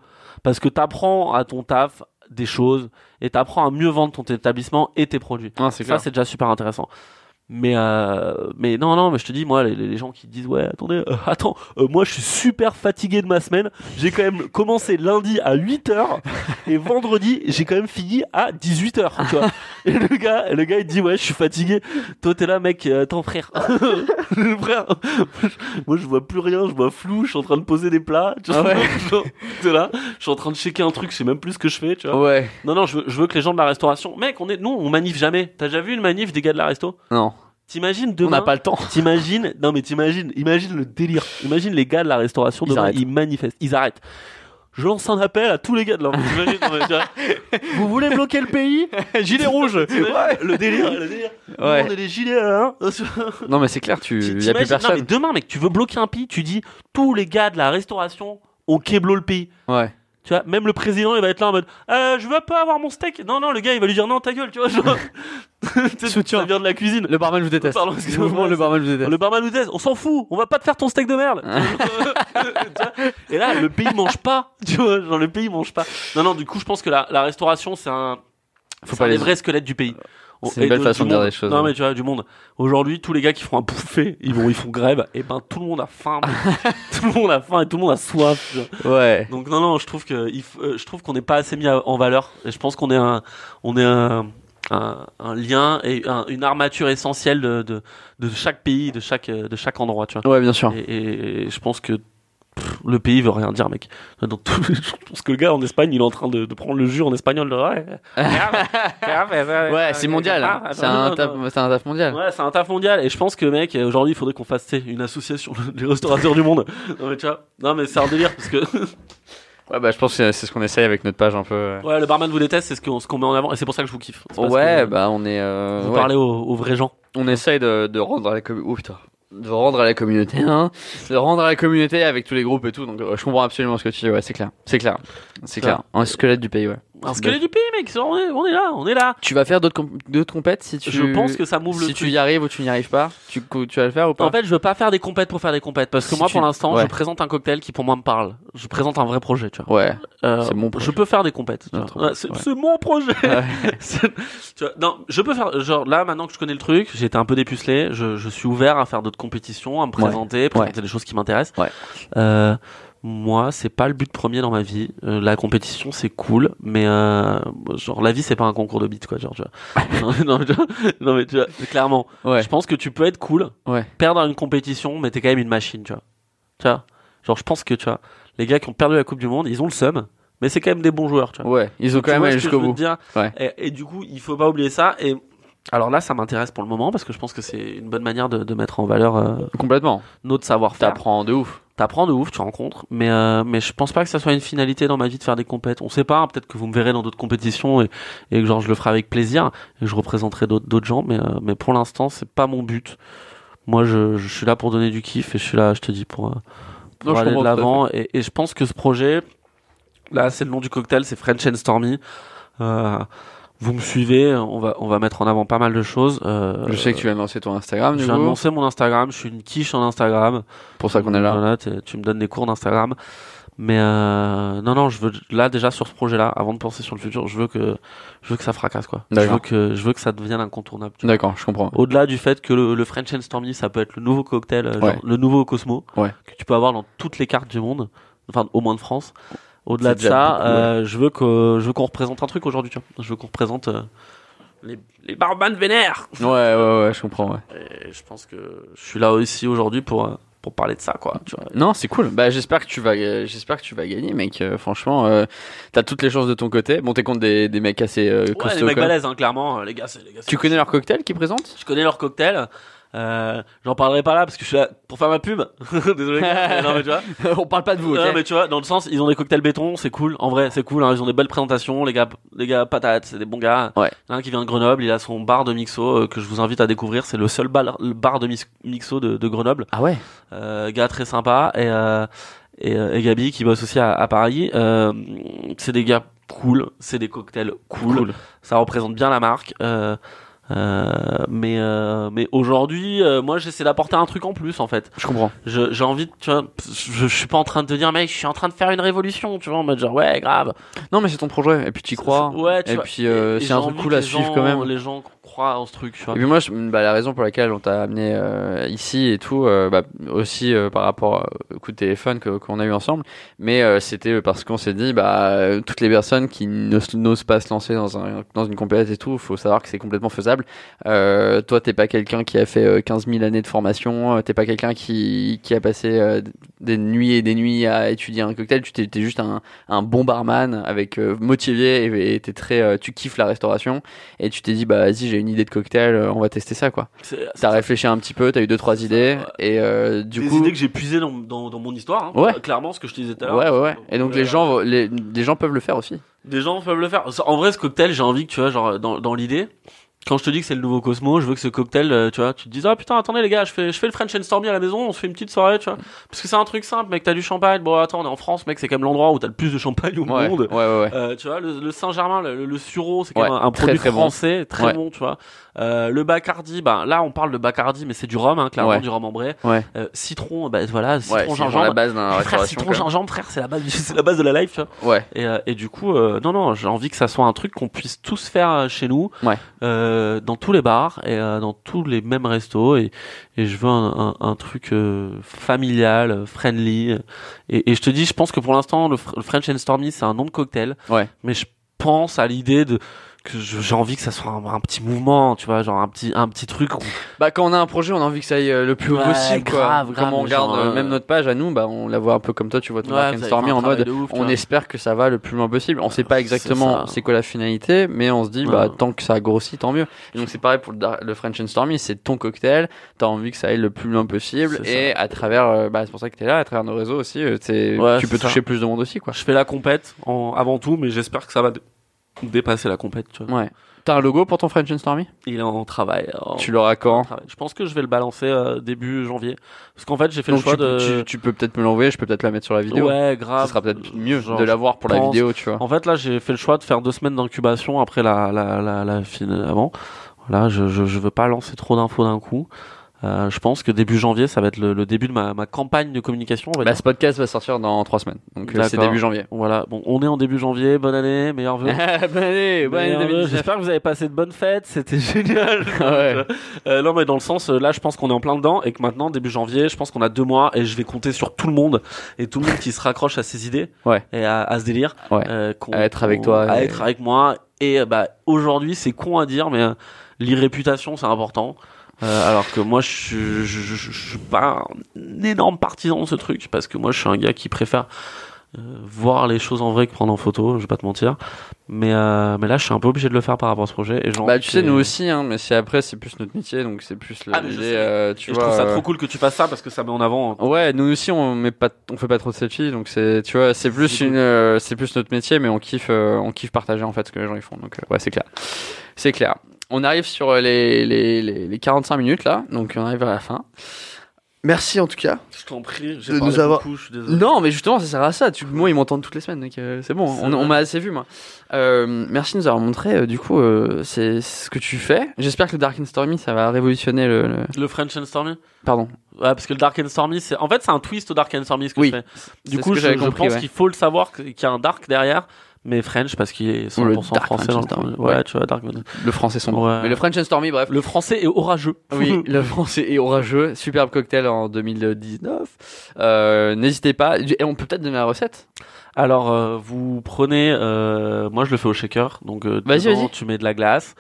[SPEAKER 2] parce que t'apprends à ton taf des choses et t'apprends à mieux vendre ton établissement et tes produits.
[SPEAKER 1] Non, Ah, c'est
[SPEAKER 2] Ça,
[SPEAKER 1] clair.
[SPEAKER 2] c'est déjà super intéressant. Mais, euh, mais non, non, mais je te dis, moi, les, les gens qui disent, ouais, attendez, euh, *laughs* attends, euh, moi, je suis super fatigué de ma semaine. J'ai quand même commencé lundi à 8h et vendredi, j'ai quand même fini à 18h, tu vois. *laughs* Et le gars, et le gars, il dit, ouais, je suis fatigué. Toi, t'es là, mec, euh, attends, frère. *laughs* frère, moi, je vois plus rien, je vois flou, je suis en train de poser des plats, tu vois.
[SPEAKER 1] Ah ouais.
[SPEAKER 2] *laughs* Genre, t'es là, je suis en train de checker un truc, je sais même plus ce que je fais, tu vois.
[SPEAKER 1] Ouais.
[SPEAKER 2] Non, non, je veux, je veux que les gens de la restauration. Mec, on est, nous, on manif jamais. T'as déjà vu une manif des gars de la resto
[SPEAKER 1] Non.
[SPEAKER 2] T'imagines
[SPEAKER 1] On
[SPEAKER 2] demain.
[SPEAKER 1] n'a pas le temps.
[SPEAKER 2] T'imagines. Non, mais t'imagines. Imagine le délire. Imagine les gars de la restauration
[SPEAKER 1] Ils
[SPEAKER 2] demain,
[SPEAKER 1] arrêtent.
[SPEAKER 2] ils manifestent. Ils arrêtent. Je lance un appel à tous les gars de la T'imagines, non, mais
[SPEAKER 1] *laughs*
[SPEAKER 2] tu vois, Vous voulez bloquer le pays
[SPEAKER 1] Gilet rouge.
[SPEAKER 2] *laughs* T'imagines
[SPEAKER 1] Ouais.
[SPEAKER 2] Le délire, le délire.
[SPEAKER 1] Ouais.
[SPEAKER 2] On est des gilets là. hein.
[SPEAKER 1] *laughs* Non, mais c'est clair, tu. Y a plus
[SPEAKER 2] *laughs* T'imagines- Non, mais
[SPEAKER 1] personne.
[SPEAKER 2] demain, mec, tu veux bloquer un pays, tu dis tous les gars de la restauration ont keblo le pays.
[SPEAKER 1] Ouais.
[SPEAKER 2] Tu vois, même le président, il va être là en mode euh, Je veux pas avoir mon steak. Non, non, le gars, il va lui dire Non, ta gueule, tu vois. Genre, *laughs* Tu
[SPEAKER 1] *laughs*
[SPEAKER 2] sais,
[SPEAKER 1] Soutien.
[SPEAKER 2] Ça vient de la cuisine.
[SPEAKER 1] Le barman vous déteste. *laughs*
[SPEAKER 2] Pardon,
[SPEAKER 1] Le
[SPEAKER 2] excuse-moi,
[SPEAKER 1] mouvement,
[SPEAKER 2] ouais,
[SPEAKER 1] le
[SPEAKER 2] c'est-
[SPEAKER 1] barman vous
[SPEAKER 2] Le,
[SPEAKER 1] déteste.
[SPEAKER 2] barman nous dit On s'en fout, on va pas te faire ton steak de merde.
[SPEAKER 1] Ah.
[SPEAKER 2] *laughs* Tu vois, Et là, le pays mange pas. Tu vois, genre, le pays mange pas. Non, non, du coup, je pense que la, la restauration, c'est un.
[SPEAKER 1] Faut
[SPEAKER 2] c'est
[SPEAKER 1] pas
[SPEAKER 2] un
[SPEAKER 1] les-
[SPEAKER 2] des vrais squelettes du pays.
[SPEAKER 1] C'est une
[SPEAKER 2] Et
[SPEAKER 1] belle
[SPEAKER 2] de-
[SPEAKER 1] façon
[SPEAKER 2] du
[SPEAKER 1] de dire
[SPEAKER 2] monde.
[SPEAKER 1] les choses,
[SPEAKER 2] Non,
[SPEAKER 1] ouais.
[SPEAKER 2] mais tu vois, du monde. Aujourd'hui, tous les gars qui font un bouffé, ils, vont, ils font grève. Et ben, tout le monde
[SPEAKER 1] *laughs*
[SPEAKER 2] a faim. mec. tout le monde a faim et tout le monde a soif. tu vois.
[SPEAKER 1] Ouais.
[SPEAKER 2] Donc non non, je trouve que il f- euh, je trouve qu'on n'est pas assez mis à- en valeur. Et je pense qu'on est un on est un, un, un lien et un- une armature essentielle de, de, de chaque pays, de chaque euh, de chaque endroit, tu vois.
[SPEAKER 1] Ouais, bien sûr.
[SPEAKER 2] Et, et- et je pense que pff, le pays veut rien dire, mec. Donc, tout- *laughs* je pense que le gars en Espagne, il est en train de, de prendre le jus en espagnol. de, ouais,
[SPEAKER 1] *laughs* Ouais, c'est mondial. hein.
[SPEAKER 2] Ah,
[SPEAKER 1] C'est un taf c'est un taf mondial.
[SPEAKER 2] Ouais, c'est un taf mondial. Et je pense que, mec, euh, aujourd'hui, il faudrait qu'on fasse tu sais, une association, *laughs* les restaurateurs du monde. Non, mais tu vois, non, mais c'est un délire parce que
[SPEAKER 1] Ouais, bah je pense que c'est ce qu'on essaye avec notre page un peu. euh.
[SPEAKER 2] Ouais, le barman vous déteste, c'est ce qu'on ce qu'on met en avant et c'est pour ça que je vous kiffe. C'est parce
[SPEAKER 1] Ouais,
[SPEAKER 2] que
[SPEAKER 1] bah on est. euh,
[SPEAKER 2] Vous
[SPEAKER 1] ouais.
[SPEAKER 2] parlez aux, aux vrais gens.
[SPEAKER 1] On essaye de, de rendre à la communauté. putain. De rendre à la communauté, hein. De rendre à la communauté avec tous les groupes et tout. Donc euh, je comprends absolument ce que tu dis. Ouais, c'est clair. C'est clair. C'est clair. Un squelette du pays, ouais.
[SPEAKER 2] Parce que les du pays, mec, on est, on est là, on est là.
[SPEAKER 1] Tu vas faire d'autres comp- d'autres compètes si tu.
[SPEAKER 2] Je pense que ça m'ouvre
[SPEAKER 1] si
[SPEAKER 2] le
[SPEAKER 1] tu
[SPEAKER 2] truc.
[SPEAKER 1] y arrives ou tu n'y arrives pas, tu, co- tu vas le faire ou pas
[SPEAKER 2] En fait, je veux pas faire des compètes pour faire des compètes parce que
[SPEAKER 1] Si
[SPEAKER 2] moi,
[SPEAKER 1] tu-
[SPEAKER 2] pour l'instant,
[SPEAKER 1] ouais.
[SPEAKER 2] je présente un cocktail qui pour moi me parle. Je présente un vrai projet, tu vois.
[SPEAKER 1] Ouais.
[SPEAKER 2] Euh,
[SPEAKER 1] C'est mon projet.
[SPEAKER 2] Je peux faire des compètes. tu
[SPEAKER 1] Notre
[SPEAKER 2] vois. Ouais, C'est
[SPEAKER 1] projet, ouais.
[SPEAKER 2] c'est mon projet.
[SPEAKER 1] Ouais.
[SPEAKER 2] *laughs* C'est- tu vois, non, je peux faire. Genre là, maintenant que je connais le truc, j'ai été un peu dépucelé. Je, je suis ouvert à faire d'autres compétitions, à me présenter, présenter des choses qui m'intéressent.
[SPEAKER 1] Ouais.
[SPEAKER 2] Euh, moi, c'est pas le but premier dans ma vie. Euh, la compétition, c'est cool, mais euh, genre la vie, c'est pas un concours de beat, quoi. Genre, tu
[SPEAKER 1] *laughs*
[SPEAKER 2] vois. non, mais tu vois- non, mais tu vois, clairement,
[SPEAKER 1] Ouais.
[SPEAKER 2] je pense que tu peux être cool,
[SPEAKER 1] Ouais.
[SPEAKER 2] perdre à une compétition, mais t'es quand même une machine, tu vois. Tu vois. Genre, je pense que tu vois, les gars qui ont perdu la Coupe du Monde, ils ont le seum, mais c'est quand même des bons joueurs, tu vois.
[SPEAKER 1] Ouais. Ils ont
[SPEAKER 2] Tu
[SPEAKER 1] quand même
[SPEAKER 2] vois
[SPEAKER 1] allé
[SPEAKER 2] ce que je
[SPEAKER 1] jusqu'au
[SPEAKER 2] veux
[SPEAKER 1] bout.
[SPEAKER 2] te dire
[SPEAKER 1] Ouais.
[SPEAKER 2] et, et du coup, il faut pas oublier ça. Et alors là, ça m'intéresse pour le moment parce que je pense que c'est une bonne manière de, de mettre en valeur euh,
[SPEAKER 1] Complètement.
[SPEAKER 2] notre savoir-faire.
[SPEAKER 1] T'apprends de ouf.
[SPEAKER 2] T'apprends de ouf, tu rencontres, mais euh, mais je pense pas que ça soit une finalité dans ma vie de faire des compètes. On sait pas, hein, peut-être que vous me verrez dans d'autres compétitions et, et que genre je le ferai avec plaisir et je représenterai d'autres d'autres gens, mais euh, mais pour l'instant c'est pas mon but. Moi je, je suis là pour donner du kiff et je suis là, je te dis pour, euh, pour
[SPEAKER 1] Non, je
[SPEAKER 2] aller de
[SPEAKER 1] comprends tout à
[SPEAKER 2] l'avant et, et je pense que ce projet là c'est le nom du cocktail, c'est French and Stormy. Euh, Vous me suivez, on va, on va mettre en avant pas mal de choses. euh,
[SPEAKER 1] Je sais que tu as lancé ton Instagram, du
[SPEAKER 2] J'ai
[SPEAKER 1] coup.
[SPEAKER 2] annoncé mon Instagram, je suis une quiche en Instagram.
[SPEAKER 1] Pour ça qu'on est là.
[SPEAKER 2] Voilà, t'es- tu me donnes des cours d'Instagram. Mais euh, non, non, je veux là déjà sur ce projet-là, avant de penser sur le futur, je veux que je veux que ça fracasse quoi. Je
[SPEAKER 1] D'accord.
[SPEAKER 2] veux que je veux que ça devienne incontournable. tu vois.
[SPEAKER 1] D'accord, je comprends.
[SPEAKER 2] Au-delà du fait que le, le French and Stormy, ça peut être le nouveau cocktail, euh, genre
[SPEAKER 1] Ouais.
[SPEAKER 2] le nouveau Cosmo,
[SPEAKER 1] Ouais.
[SPEAKER 2] que tu peux avoir dans toutes les cartes du monde, enfin au moins de France. Au-delà
[SPEAKER 1] C'est
[SPEAKER 2] de
[SPEAKER 1] déjà
[SPEAKER 2] ça,
[SPEAKER 1] beaucoup,
[SPEAKER 2] euh, je veux que je veux qu'on représente un truc aujourd'hui. tu vois. Je veux qu'on représente euh, les, les barbanes vénères.
[SPEAKER 1] Ouais, ouais, ouais, je comprends. ouais.
[SPEAKER 2] Et je pense que je suis là aussi aujourd'hui pour euh, pour parler de ça quoi. Tu vois.
[SPEAKER 1] Non, c'est cool. Bah, j'espère que tu vas, euh, j'espère que tu vas gagner, mec. Euh, franchement, euh, t'as toutes les chances de ton côté. Bon, t'es contre des, des mecs assez euh,
[SPEAKER 2] Ouais,
[SPEAKER 1] costauds.
[SPEAKER 2] les mecs
[SPEAKER 1] quoi.
[SPEAKER 2] balèzes, hein, clairement. euh, Les gars, c'est- les gars, c'est-
[SPEAKER 1] tu connais leur cocktail qu'ils
[SPEAKER 2] *laughs*
[SPEAKER 1] présentent
[SPEAKER 2] Je connais leur cocktail. Euh, J'en parlerai pas là parce que je suis là pour faire ma pub. *laughs* Désolé. Mais non, mais tu vois.
[SPEAKER 1] On parle pas de vous, *laughs* ok
[SPEAKER 2] Non, mais tu vois, dans le sens, ils ont des cocktails béton, c'est cool. En vrai, c'est cool. hein, ils ont des belles présentations. Les gars, les gars patates, c'est des bons gars.
[SPEAKER 1] Ouais.
[SPEAKER 2] Il y en a un qui vient de Grenoble. Il a son bar de mixo euh, que je vous invite à découvrir. C'est le seul bar, le bar de mix- mixo de, de Grenoble.
[SPEAKER 1] Ah ouais.
[SPEAKER 2] Euh, gars très sympa. Et, euh, et, euh, et Gabi qui bosse aussi à, à Paris. Euh, c'est des gars cool. C'est des cocktails cool ça représente bien la marque. euh, euh, mais euh, mais aujourd'hui, euh, moi j'essaie d'apporter un truc en plus en fait.
[SPEAKER 1] Je comprends.
[SPEAKER 2] Je- J'ai envie, de, tu vois, je, je suis pas en train de te dire mec, je suis en train de faire une révolution, tu vois, en mode genre ouais grave.
[SPEAKER 1] Non, mais c'est ton projet. Et puis t'y crois.
[SPEAKER 2] Ouais, tu
[SPEAKER 1] Et
[SPEAKER 2] vois.
[SPEAKER 1] puis euh,
[SPEAKER 2] Et
[SPEAKER 1] c'est
[SPEAKER 2] j'ai
[SPEAKER 1] un truc
[SPEAKER 2] envie
[SPEAKER 1] cool
[SPEAKER 2] que
[SPEAKER 1] à
[SPEAKER 2] les
[SPEAKER 1] suivre
[SPEAKER 2] gens-
[SPEAKER 1] quand même.
[SPEAKER 2] Les gens croient en ce truc, tu vois.
[SPEAKER 1] Et puis moi, je- bah, la raison pour laquelle on t'a amené euh, ici et tout, euh, bah, aussi euh, par rapport euh, au coup de téléphone que- qu'on a eu ensemble, mais euh, c'était parce qu'on s'est dit, bah, euh, toutes les personnes qui ne s- n'osent pas se lancer dans, un, dans une compétition et tout, faut savoir que c'est complètement faisable. Euh, toi, t'es pas quelqu'un qui a fait euh, 15 000 années de formation, euh, t'es pas quelqu'un qui, qui a passé euh, des nuits et des nuits à étudier un cocktail, tu t'es t'es juste un, un bon barman avec euh, motivé et- et t'es très, euh, tu kiffes la restauration et tu t'es dit bah vas-y j'ai une idée de cocktail euh, on va tester ça quoi
[SPEAKER 2] C'est- Ah, c'est-
[SPEAKER 1] t'as réfléchi un petit peu t'as eu deux trois
[SPEAKER 2] C'est ça,
[SPEAKER 1] idées
[SPEAKER 2] ouais.
[SPEAKER 1] et euh, du
[SPEAKER 2] des
[SPEAKER 1] coup
[SPEAKER 2] idées que j'ai puisées dans, dans, dans mon histoire. hein.
[SPEAKER 1] Ouais.
[SPEAKER 2] Clairement, ce que je te disais tout à l'heure.
[SPEAKER 1] ouais ouais ouais et donc les
[SPEAKER 2] Euh,
[SPEAKER 1] gens vont- les, les gens peuvent le faire aussi
[SPEAKER 2] Des gens peuvent le faire. En vrai, ce cocktail, j'ai envie que tu vois, genre, dans, dans l'idée, quand je te dis que c'est le nouveau Cosmo, je veux que ce cocktail, euh, tu vois, tu te dises, ah putain, attendez les gars, je fais, je fais le French and Stormy à la maison, on se fait une petite soirée, tu vois. Parce que c'est un truc simple, mec, t'as du champagne. Bon, attends, on est en France, mec, c'est quand même l'endroit où t'as le plus de champagne au
[SPEAKER 1] ouais ouais
[SPEAKER 2] monde.
[SPEAKER 1] ouais, ouais.
[SPEAKER 2] Euh, tu vois, le, le Saint-Germain, le, le Sureau, c'est quand
[SPEAKER 1] Ouais,
[SPEAKER 2] même un un
[SPEAKER 1] très,
[SPEAKER 2] produit
[SPEAKER 1] très bon.
[SPEAKER 2] français, très
[SPEAKER 1] Ouais.
[SPEAKER 2] bon, tu vois. Euh, le Bacardi, bah, là, on parle de Bacardi, mais c'est du rhum, hein, clairement,
[SPEAKER 1] Ouais.
[SPEAKER 2] du rhum ambré.
[SPEAKER 1] Ouais.
[SPEAKER 2] Euh, citron, bah, voilà, citron,
[SPEAKER 1] Ouais, c'est genre
[SPEAKER 2] gingembre.
[SPEAKER 1] la base d'un
[SPEAKER 2] Frère,
[SPEAKER 1] restauration
[SPEAKER 2] citron,
[SPEAKER 1] quand
[SPEAKER 2] gingembre, frère, c'est la base, du- *laughs* c'est la base de la life, tu vois.
[SPEAKER 1] même. ouais
[SPEAKER 2] Et, euh, et du coup, euh, non, non, j'ai envie que ça soit un truc qu'on puisse tous faire euh, chez nous,
[SPEAKER 1] Ouais.
[SPEAKER 2] euh, dans tous les bars et euh, dans tous les mêmes restos. Et, et je veux un, un- un truc euh, familial, euh, friendly. Et, et je te dis, je pense que pour l'instant, le, fr- le French and Stormy, c'est un nom de cocktail.
[SPEAKER 1] Ouais.
[SPEAKER 2] Mais je pense à l'idée de que je- j'ai envie que ça soit un, un petit mouvement, tu vois, genre un petit, un petit truc. où-
[SPEAKER 1] bah quand on a un projet on a envie que ça aille euh, le plus haut
[SPEAKER 2] Ouais,
[SPEAKER 1] possible quoi
[SPEAKER 2] grave, grave,
[SPEAKER 1] comme on
[SPEAKER 2] mais genre,
[SPEAKER 1] regarde euh,
[SPEAKER 2] euh,
[SPEAKER 1] même notre page à nous bah on la voit un peu comme toi tu vois ton
[SPEAKER 2] Ouais,
[SPEAKER 1] Mark and
[SPEAKER 2] vous avez
[SPEAKER 1] Stormy
[SPEAKER 2] fait un
[SPEAKER 1] en
[SPEAKER 2] travail
[SPEAKER 1] mode
[SPEAKER 2] de ouf, tu
[SPEAKER 1] on
[SPEAKER 2] vois.
[SPEAKER 1] espère que ça va le plus loin possible. On sait pas
[SPEAKER 2] C'est
[SPEAKER 1] exactement
[SPEAKER 2] ça.
[SPEAKER 1] c'est quoi la finalité, mais on se dit bah
[SPEAKER 2] Ouais.
[SPEAKER 1] tant que ça grossit tant mieux. Et donc c'est pareil pour le, Dar- le French and Stormy, c'est ton cocktail, t'as envie que ça aille le plus loin possible
[SPEAKER 2] C'est
[SPEAKER 1] et à travers euh, bah c'est pour ça que t'es là, à travers nos réseaux aussi, euh, t'es-
[SPEAKER 2] Ouais,
[SPEAKER 1] tu peux
[SPEAKER 2] c'est ça.
[SPEAKER 1] toucher plus de monde aussi quoi.
[SPEAKER 2] bah, Je fais la compète en- avant tout, mais j'espère que ça va dé- dépasser la compète, tu vois.
[SPEAKER 1] Ouais. T'as un logo pour ton French and Stormy
[SPEAKER 2] Il est en travail. en-
[SPEAKER 1] Tu l'auras quand
[SPEAKER 2] travail. Ah Je pense que je vais le balancer euh, début janvier. Parce qu'en fait, j'ai fait
[SPEAKER 1] Donc
[SPEAKER 2] le choix
[SPEAKER 1] tu, peux-
[SPEAKER 2] de.
[SPEAKER 1] tu- tu peux peut-être me l'envoyer, je peux peut-être la mettre sur la vidéo.
[SPEAKER 2] Ouais,
[SPEAKER 1] Ce
[SPEAKER 2] grave. Euh,
[SPEAKER 1] sera peut-être mieux
[SPEAKER 2] Genre,
[SPEAKER 1] de l'avoir pour la
[SPEAKER 2] pense-
[SPEAKER 1] vidéo, tu vois.
[SPEAKER 2] En fait, là, j'ai fait le choix de faire deux semaines d'incubation après la, la, la, la finale avant. Voilà, je, je, je veux pas lancer trop d'infos d'un coup. Euh, je pense que début janvier, ça va être le, le début de ma, ma campagne de communication. on va
[SPEAKER 1] Bah,
[SPEAKER 2] dire.
[SPEAKER 1] ce podcast va sortir dans trois semaines, donc euh, c'est
[SPEAKER 2] D'accord.
[SPEAKER 1] début janvier.
[SPEAKER 2] Voilà, bon, on est en début janvier. *laughs* Bonne année,
[SPEAKER 1] *laughs*
[SPEAKER 2] meilleurs vœux.
[SPEAKER 1] bonne année, bonne année
[SPEAKER 2] Meilleurs vœux.
[SPEAKER 1] 2019.
[SPEAKER 2] J'espère que vous avez passé de bonnes fêtes, c'était *laughs* génial.
[SPEAKER 1] *laughs* Ouais.
[SPEAKER 2] Euh, non mais dans le sens euh, là je pense qu'on est en plein dedans et que maintenant début janvier je pense qu'on a deux mois et je vais compter sur tout le monde et tout le monde qui se raccroche à ses idées
[SPEAKER 1] Ouais.
[SPEAKER 2] et à, à ce délire
[SPEAKER 1] Ouais.
[SPEAKER 2] euh, qu'on-
[SPEAKER 1] À être avec
[SPEAKER 2] qu'on-
[SPEAKER 1] toi
[SPEAKER 2] à
[SPEAKER 1] et-
[SPEAKER 2] être avec moi et euh, bah aujourd'hui c'est con à dire mais euh, l'irréputation c'est important Euh, alors que moi je, suis- je, je- je- je suis pas un énorme partisan de ce truc parce que moi je suis un gars qui préfère euh, voir les choses en vrai que prendre en photo, je vais pas te mentir. Mais, euh, mais là, je suis un peu obligé de le faire par rapport à ce projet. Et j'ai
[SPEAKER 1] Bah
[SPEAKER 2] envie
[SPEAKER 1] tu sais
[SPEAKER 2] que-
[SPEAKER 1] nous aussi hein, mais c'est après c'est plus notre métier donc c'est plus le-
[SPEAKER 2] Ah, mais je
[SPEAKER 1] l'idée,
[SPEAKER 2] sais.
[SPEAKER 1] euh, tu
[SPEAKER 2] Et
[SPEAKER 1] vois.
[SPEAKER 2] je trouve ça
[SPEAKER 1] euh,
[SPEAKER 2] trop cool que tu fasses ça parce que ça met en avant. hein.
[SPEAKER 1] Ouais, nous aussi on met pas on fait pas trop de selfies donc c'est tu vois, c'est plus
[SPEAKER 2] C'est
[SPEAKER 1] une euh, c'est plus notre métier mais on kiffe euh, on kiffe partager en fait ce que les gens ils font donc euh, ouais, c'est clair. C'est clair. On arrive sur euh, les, les, les, les 45 minutes là, donc on arrive à la fin.
[SPEAKER 3] Merci en tout cas.
[SPEAKER 2] Je t'en prie,
[SPEAKER 3] De
[SPEAKER 2] j'ai
[SPEAKER 3] nous
[SPEAKER 2] parlé
[SPEAKER 3] avoir-
[SPEAKER 2] beaucoup, je suis désolé.
[SPEAKER 1] Non, mais justement, ça sert à ça. Tu, moi, ils m'entendent toutes les semaines, mec. euh, C'est bon,
[SPEAKER 2] C'est
[SPEAKER 1] on, on
[SPEAKER 2] vrai.
[SPEAKER 1] m'a assez vu, moi. Euh, merci de nous avoir montré, euh, du coup, euh, c'est ce que tu fais. J'espère que le Dark and Stormy, ça va révolutionner le. le-
[SPEAKER 2] Le French and Stormy
[SPEAKER 1] Pardon.
[SPEAKER 2] Ouais, parce que le Dark and Stormy, c'est en fait c'est un twist au Dark and Stormy ce que
[SPEAKER 1] Oui,
[SPEAKER 2] je fais.
[SPEAKER 1] c'est
[SPEAKER 2] Du
[SPEAKER 1] ce
[SPEAKER 2] coup,
[SPEAKER 1] que
[SPEAKER 2] je,
[SPEAKER 1] j'avais
[SPEAKER 2] je
[SPEAKER 1] compris,
[SPEAKER 2] pense
[SPEAKER 1] ouais.
[SPEAKER 2] qu'il faut le savoir que- qu'il y a un Dark derrière, mais French parce qu'il est
[SPEAKER 1] Ou le
[SPEAKER 2] 100%
[SPEAKER 1] Dark
[SPEAKER 2] français.
[SPEAKER 1] French and
[SPEAKER 2] dans le-
[SPEAKER 1] Stormy,
[SPEAKER 2] Ouais,
[SPEAKER 1] ouais.
[SPEAKER 2] tu vois, Dark.
[SPEAKER 1] Le français sombre.
[SPEAKER 2] Ouais.
[SPEAKER 1] Mais le French and Stormy, bref.
[SPEAKER 2] Le français est orageux.
[SPEAKER 1] *laughs*
[SPEAKER 2] *laughs*
[SPEAKER 1] Oui, le français est orageux. Superbe cocktail en 2019. Euh, N'hésitez pas. Et on peut peut-être donner la recette.
[SPEAKER 2] Alors, euh, vous prenez, euh, moi je le fais au shaker, donc euh,
[SPEAKER 1] Vas-y,
[SPEAKER 2] dedans,
[SPEAKER 1] vas-y.
[SPEAKER 2] tu mets de la glace,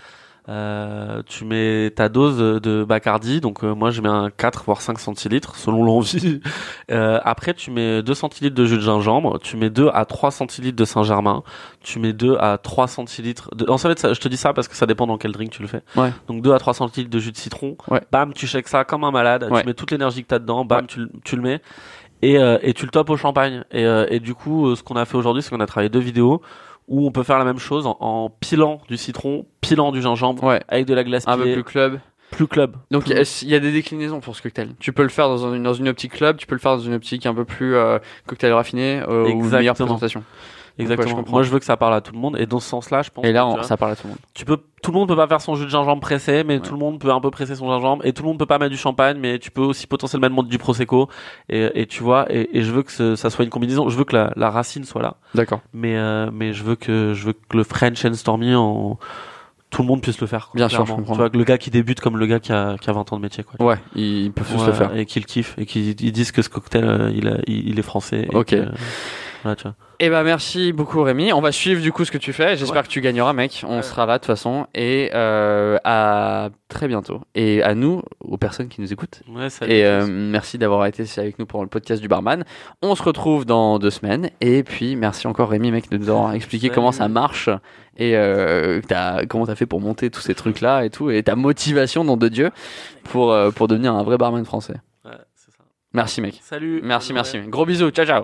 [SPEAKER 2] euh, tu mets ta dose de Bacardi, donc euh, moi je mets un 4 voire 5 centilitres selon *laughs* l'envie. Euh, après, tu mets 2 centilitres de jus de gingembre, tu mets 2 à 3 centilitres de Saint-Germain, tu mets 2 à 3 centilitres de... En fait, ça- je te dis ça parce que ça dépend dans quel drink tu le fais.
[SPEAKER 1] Ouais.
[SPEAKER 2] Donc 2 à 3 centilitres de jus de citron,
[SPEAKER 1] Ouais.
[SPEAKER 2] bam, tu shakes ça comme un malade,
[SPEAKER 1] Ouais.
[SPEAKER 2] tu mets toute l'énergie que t'as dedans, bam, tu, le- tu le mets et, euh, et tu le topes au champagne. Et, euh, et du coup, euh, ce qu'on a fait aujourd'hui, c'est qu'on a travaillé deux vidéos où on peut faire la même chose en, en pilant du citron, pilant du gingembre,
[SPEAKER 1] Ouais.
[SPEAKER 2] avec de la glace
[SPEAKER 1] Un peu
[SPEAKER 2] pilée,
[SPEAKER 1] plus club.
[SPEAKER 2] plus club.
[SPEAKER 1] Donc
[SPEAKER 2] Plus-
[SPEAKER 1] est-ce- il y a des déclinaisons pour ce cocktail. Tu peux le faire dans, un- dans une optique club, tu peux le faire dans une optique un peu plus euh, cocktail raffiné euh, ou une meilleure
[SPEAKER 2] Exactement.
[SPEAKER 1] présentation. Ouais, je
[SPEAKER 2] Exactement.
[SPEAKER 1] comprends.
[SPEAKER 2] Moi, je veux que ça parle à tout le monde. Et dans ce sens-là, je pense.
[SPEAKER 1] Et là,
[SPEAKER 2] que, tu
[SPEAKER 1] on-
[SPEAKER 2] vois,
[SPEAKER 1] ça parle à tout le monde.
[SPEAKER 2] tu peux, tout le monde peut pas faire son jus de gingembre pressé, mais
[SPEAKER 1] Ouais.
[SPEAKER 2] tout le monde peut un peu presser son gingembre, et tout le monde peut pas mettre du champagne, mais tu peux aussi potentiellement mettre du prosecco, et, et tu vois, et, et je veux que ce- ça soit une combinaison, je veux que la, la racine soit là,
[SPEAKER 1] D'accord.
[SPEAKER 2] mais euh, mais je veux que je veux que le French and Stormy en tout le monde puisse le faire. quoi,
[SPEAKER 1] Bien sûr,
[SPEAKER 2] clairement.
[SPEAKER 1] je comprends.
[SPEAKER 2] Tu vois, que le gars qui débute comme le gars qui a, qui a 20 ans de métier, quoi.
[SPEAKER 1] Ouais, ils ils peuvent tous
[SPEAKER 2] Ouais,
[SPEAKER 1] le faire.
[SPEAKER 2] Et qu'il kiffe, et qu'ils ils disent que ce cocktail, euh, il, a- il, il est français. et
[SPEAKER 1] Ok.
[SPEAKER 2] que, euh, voilà, tu vois.
[SPEAKER 1] Eh ben merci beaucoup Rémi. On va suivre du coup ce que tu fais. J'espère que tu gagneras, mec. On
[SPEAKER 2] Ouais.
[SPEAKER 1] sera là de toute façon. Et euh, à très bientôt. Et à nous, aux personnes qui nous écoutent.
[SPEAKER 2] Ouais, ça-
[SPEAKER 1] Et euh, merci d'avoir été avec nous pendant le podcast du barman. On se retrouve dans deux semaines. Et puis, merci encore Rémi, mec, de nous avoir expliqué
[SPEAKER 2] Salut.
[SPEAKER 1] comment ça marche et euh, t'as- comment t'as fait pour monter tous ces trucs-là et tout. Et ta motivation, nom de Dieu, pour, euh, pour devenir un vrai barman français.
[SPEAKER 2] Ouais, c'est ça.
[SPEAKER 1] Merci, mec.
[SPEAKER 2] Salut.
[SPEAKER 1] Merci,
[SPEAKER 2] bonne
[SPEAKER 1] merci.
[SPEAKER 2] journée.
[SPEAKER 1] mec. Gros bisous. Ciao, ciao.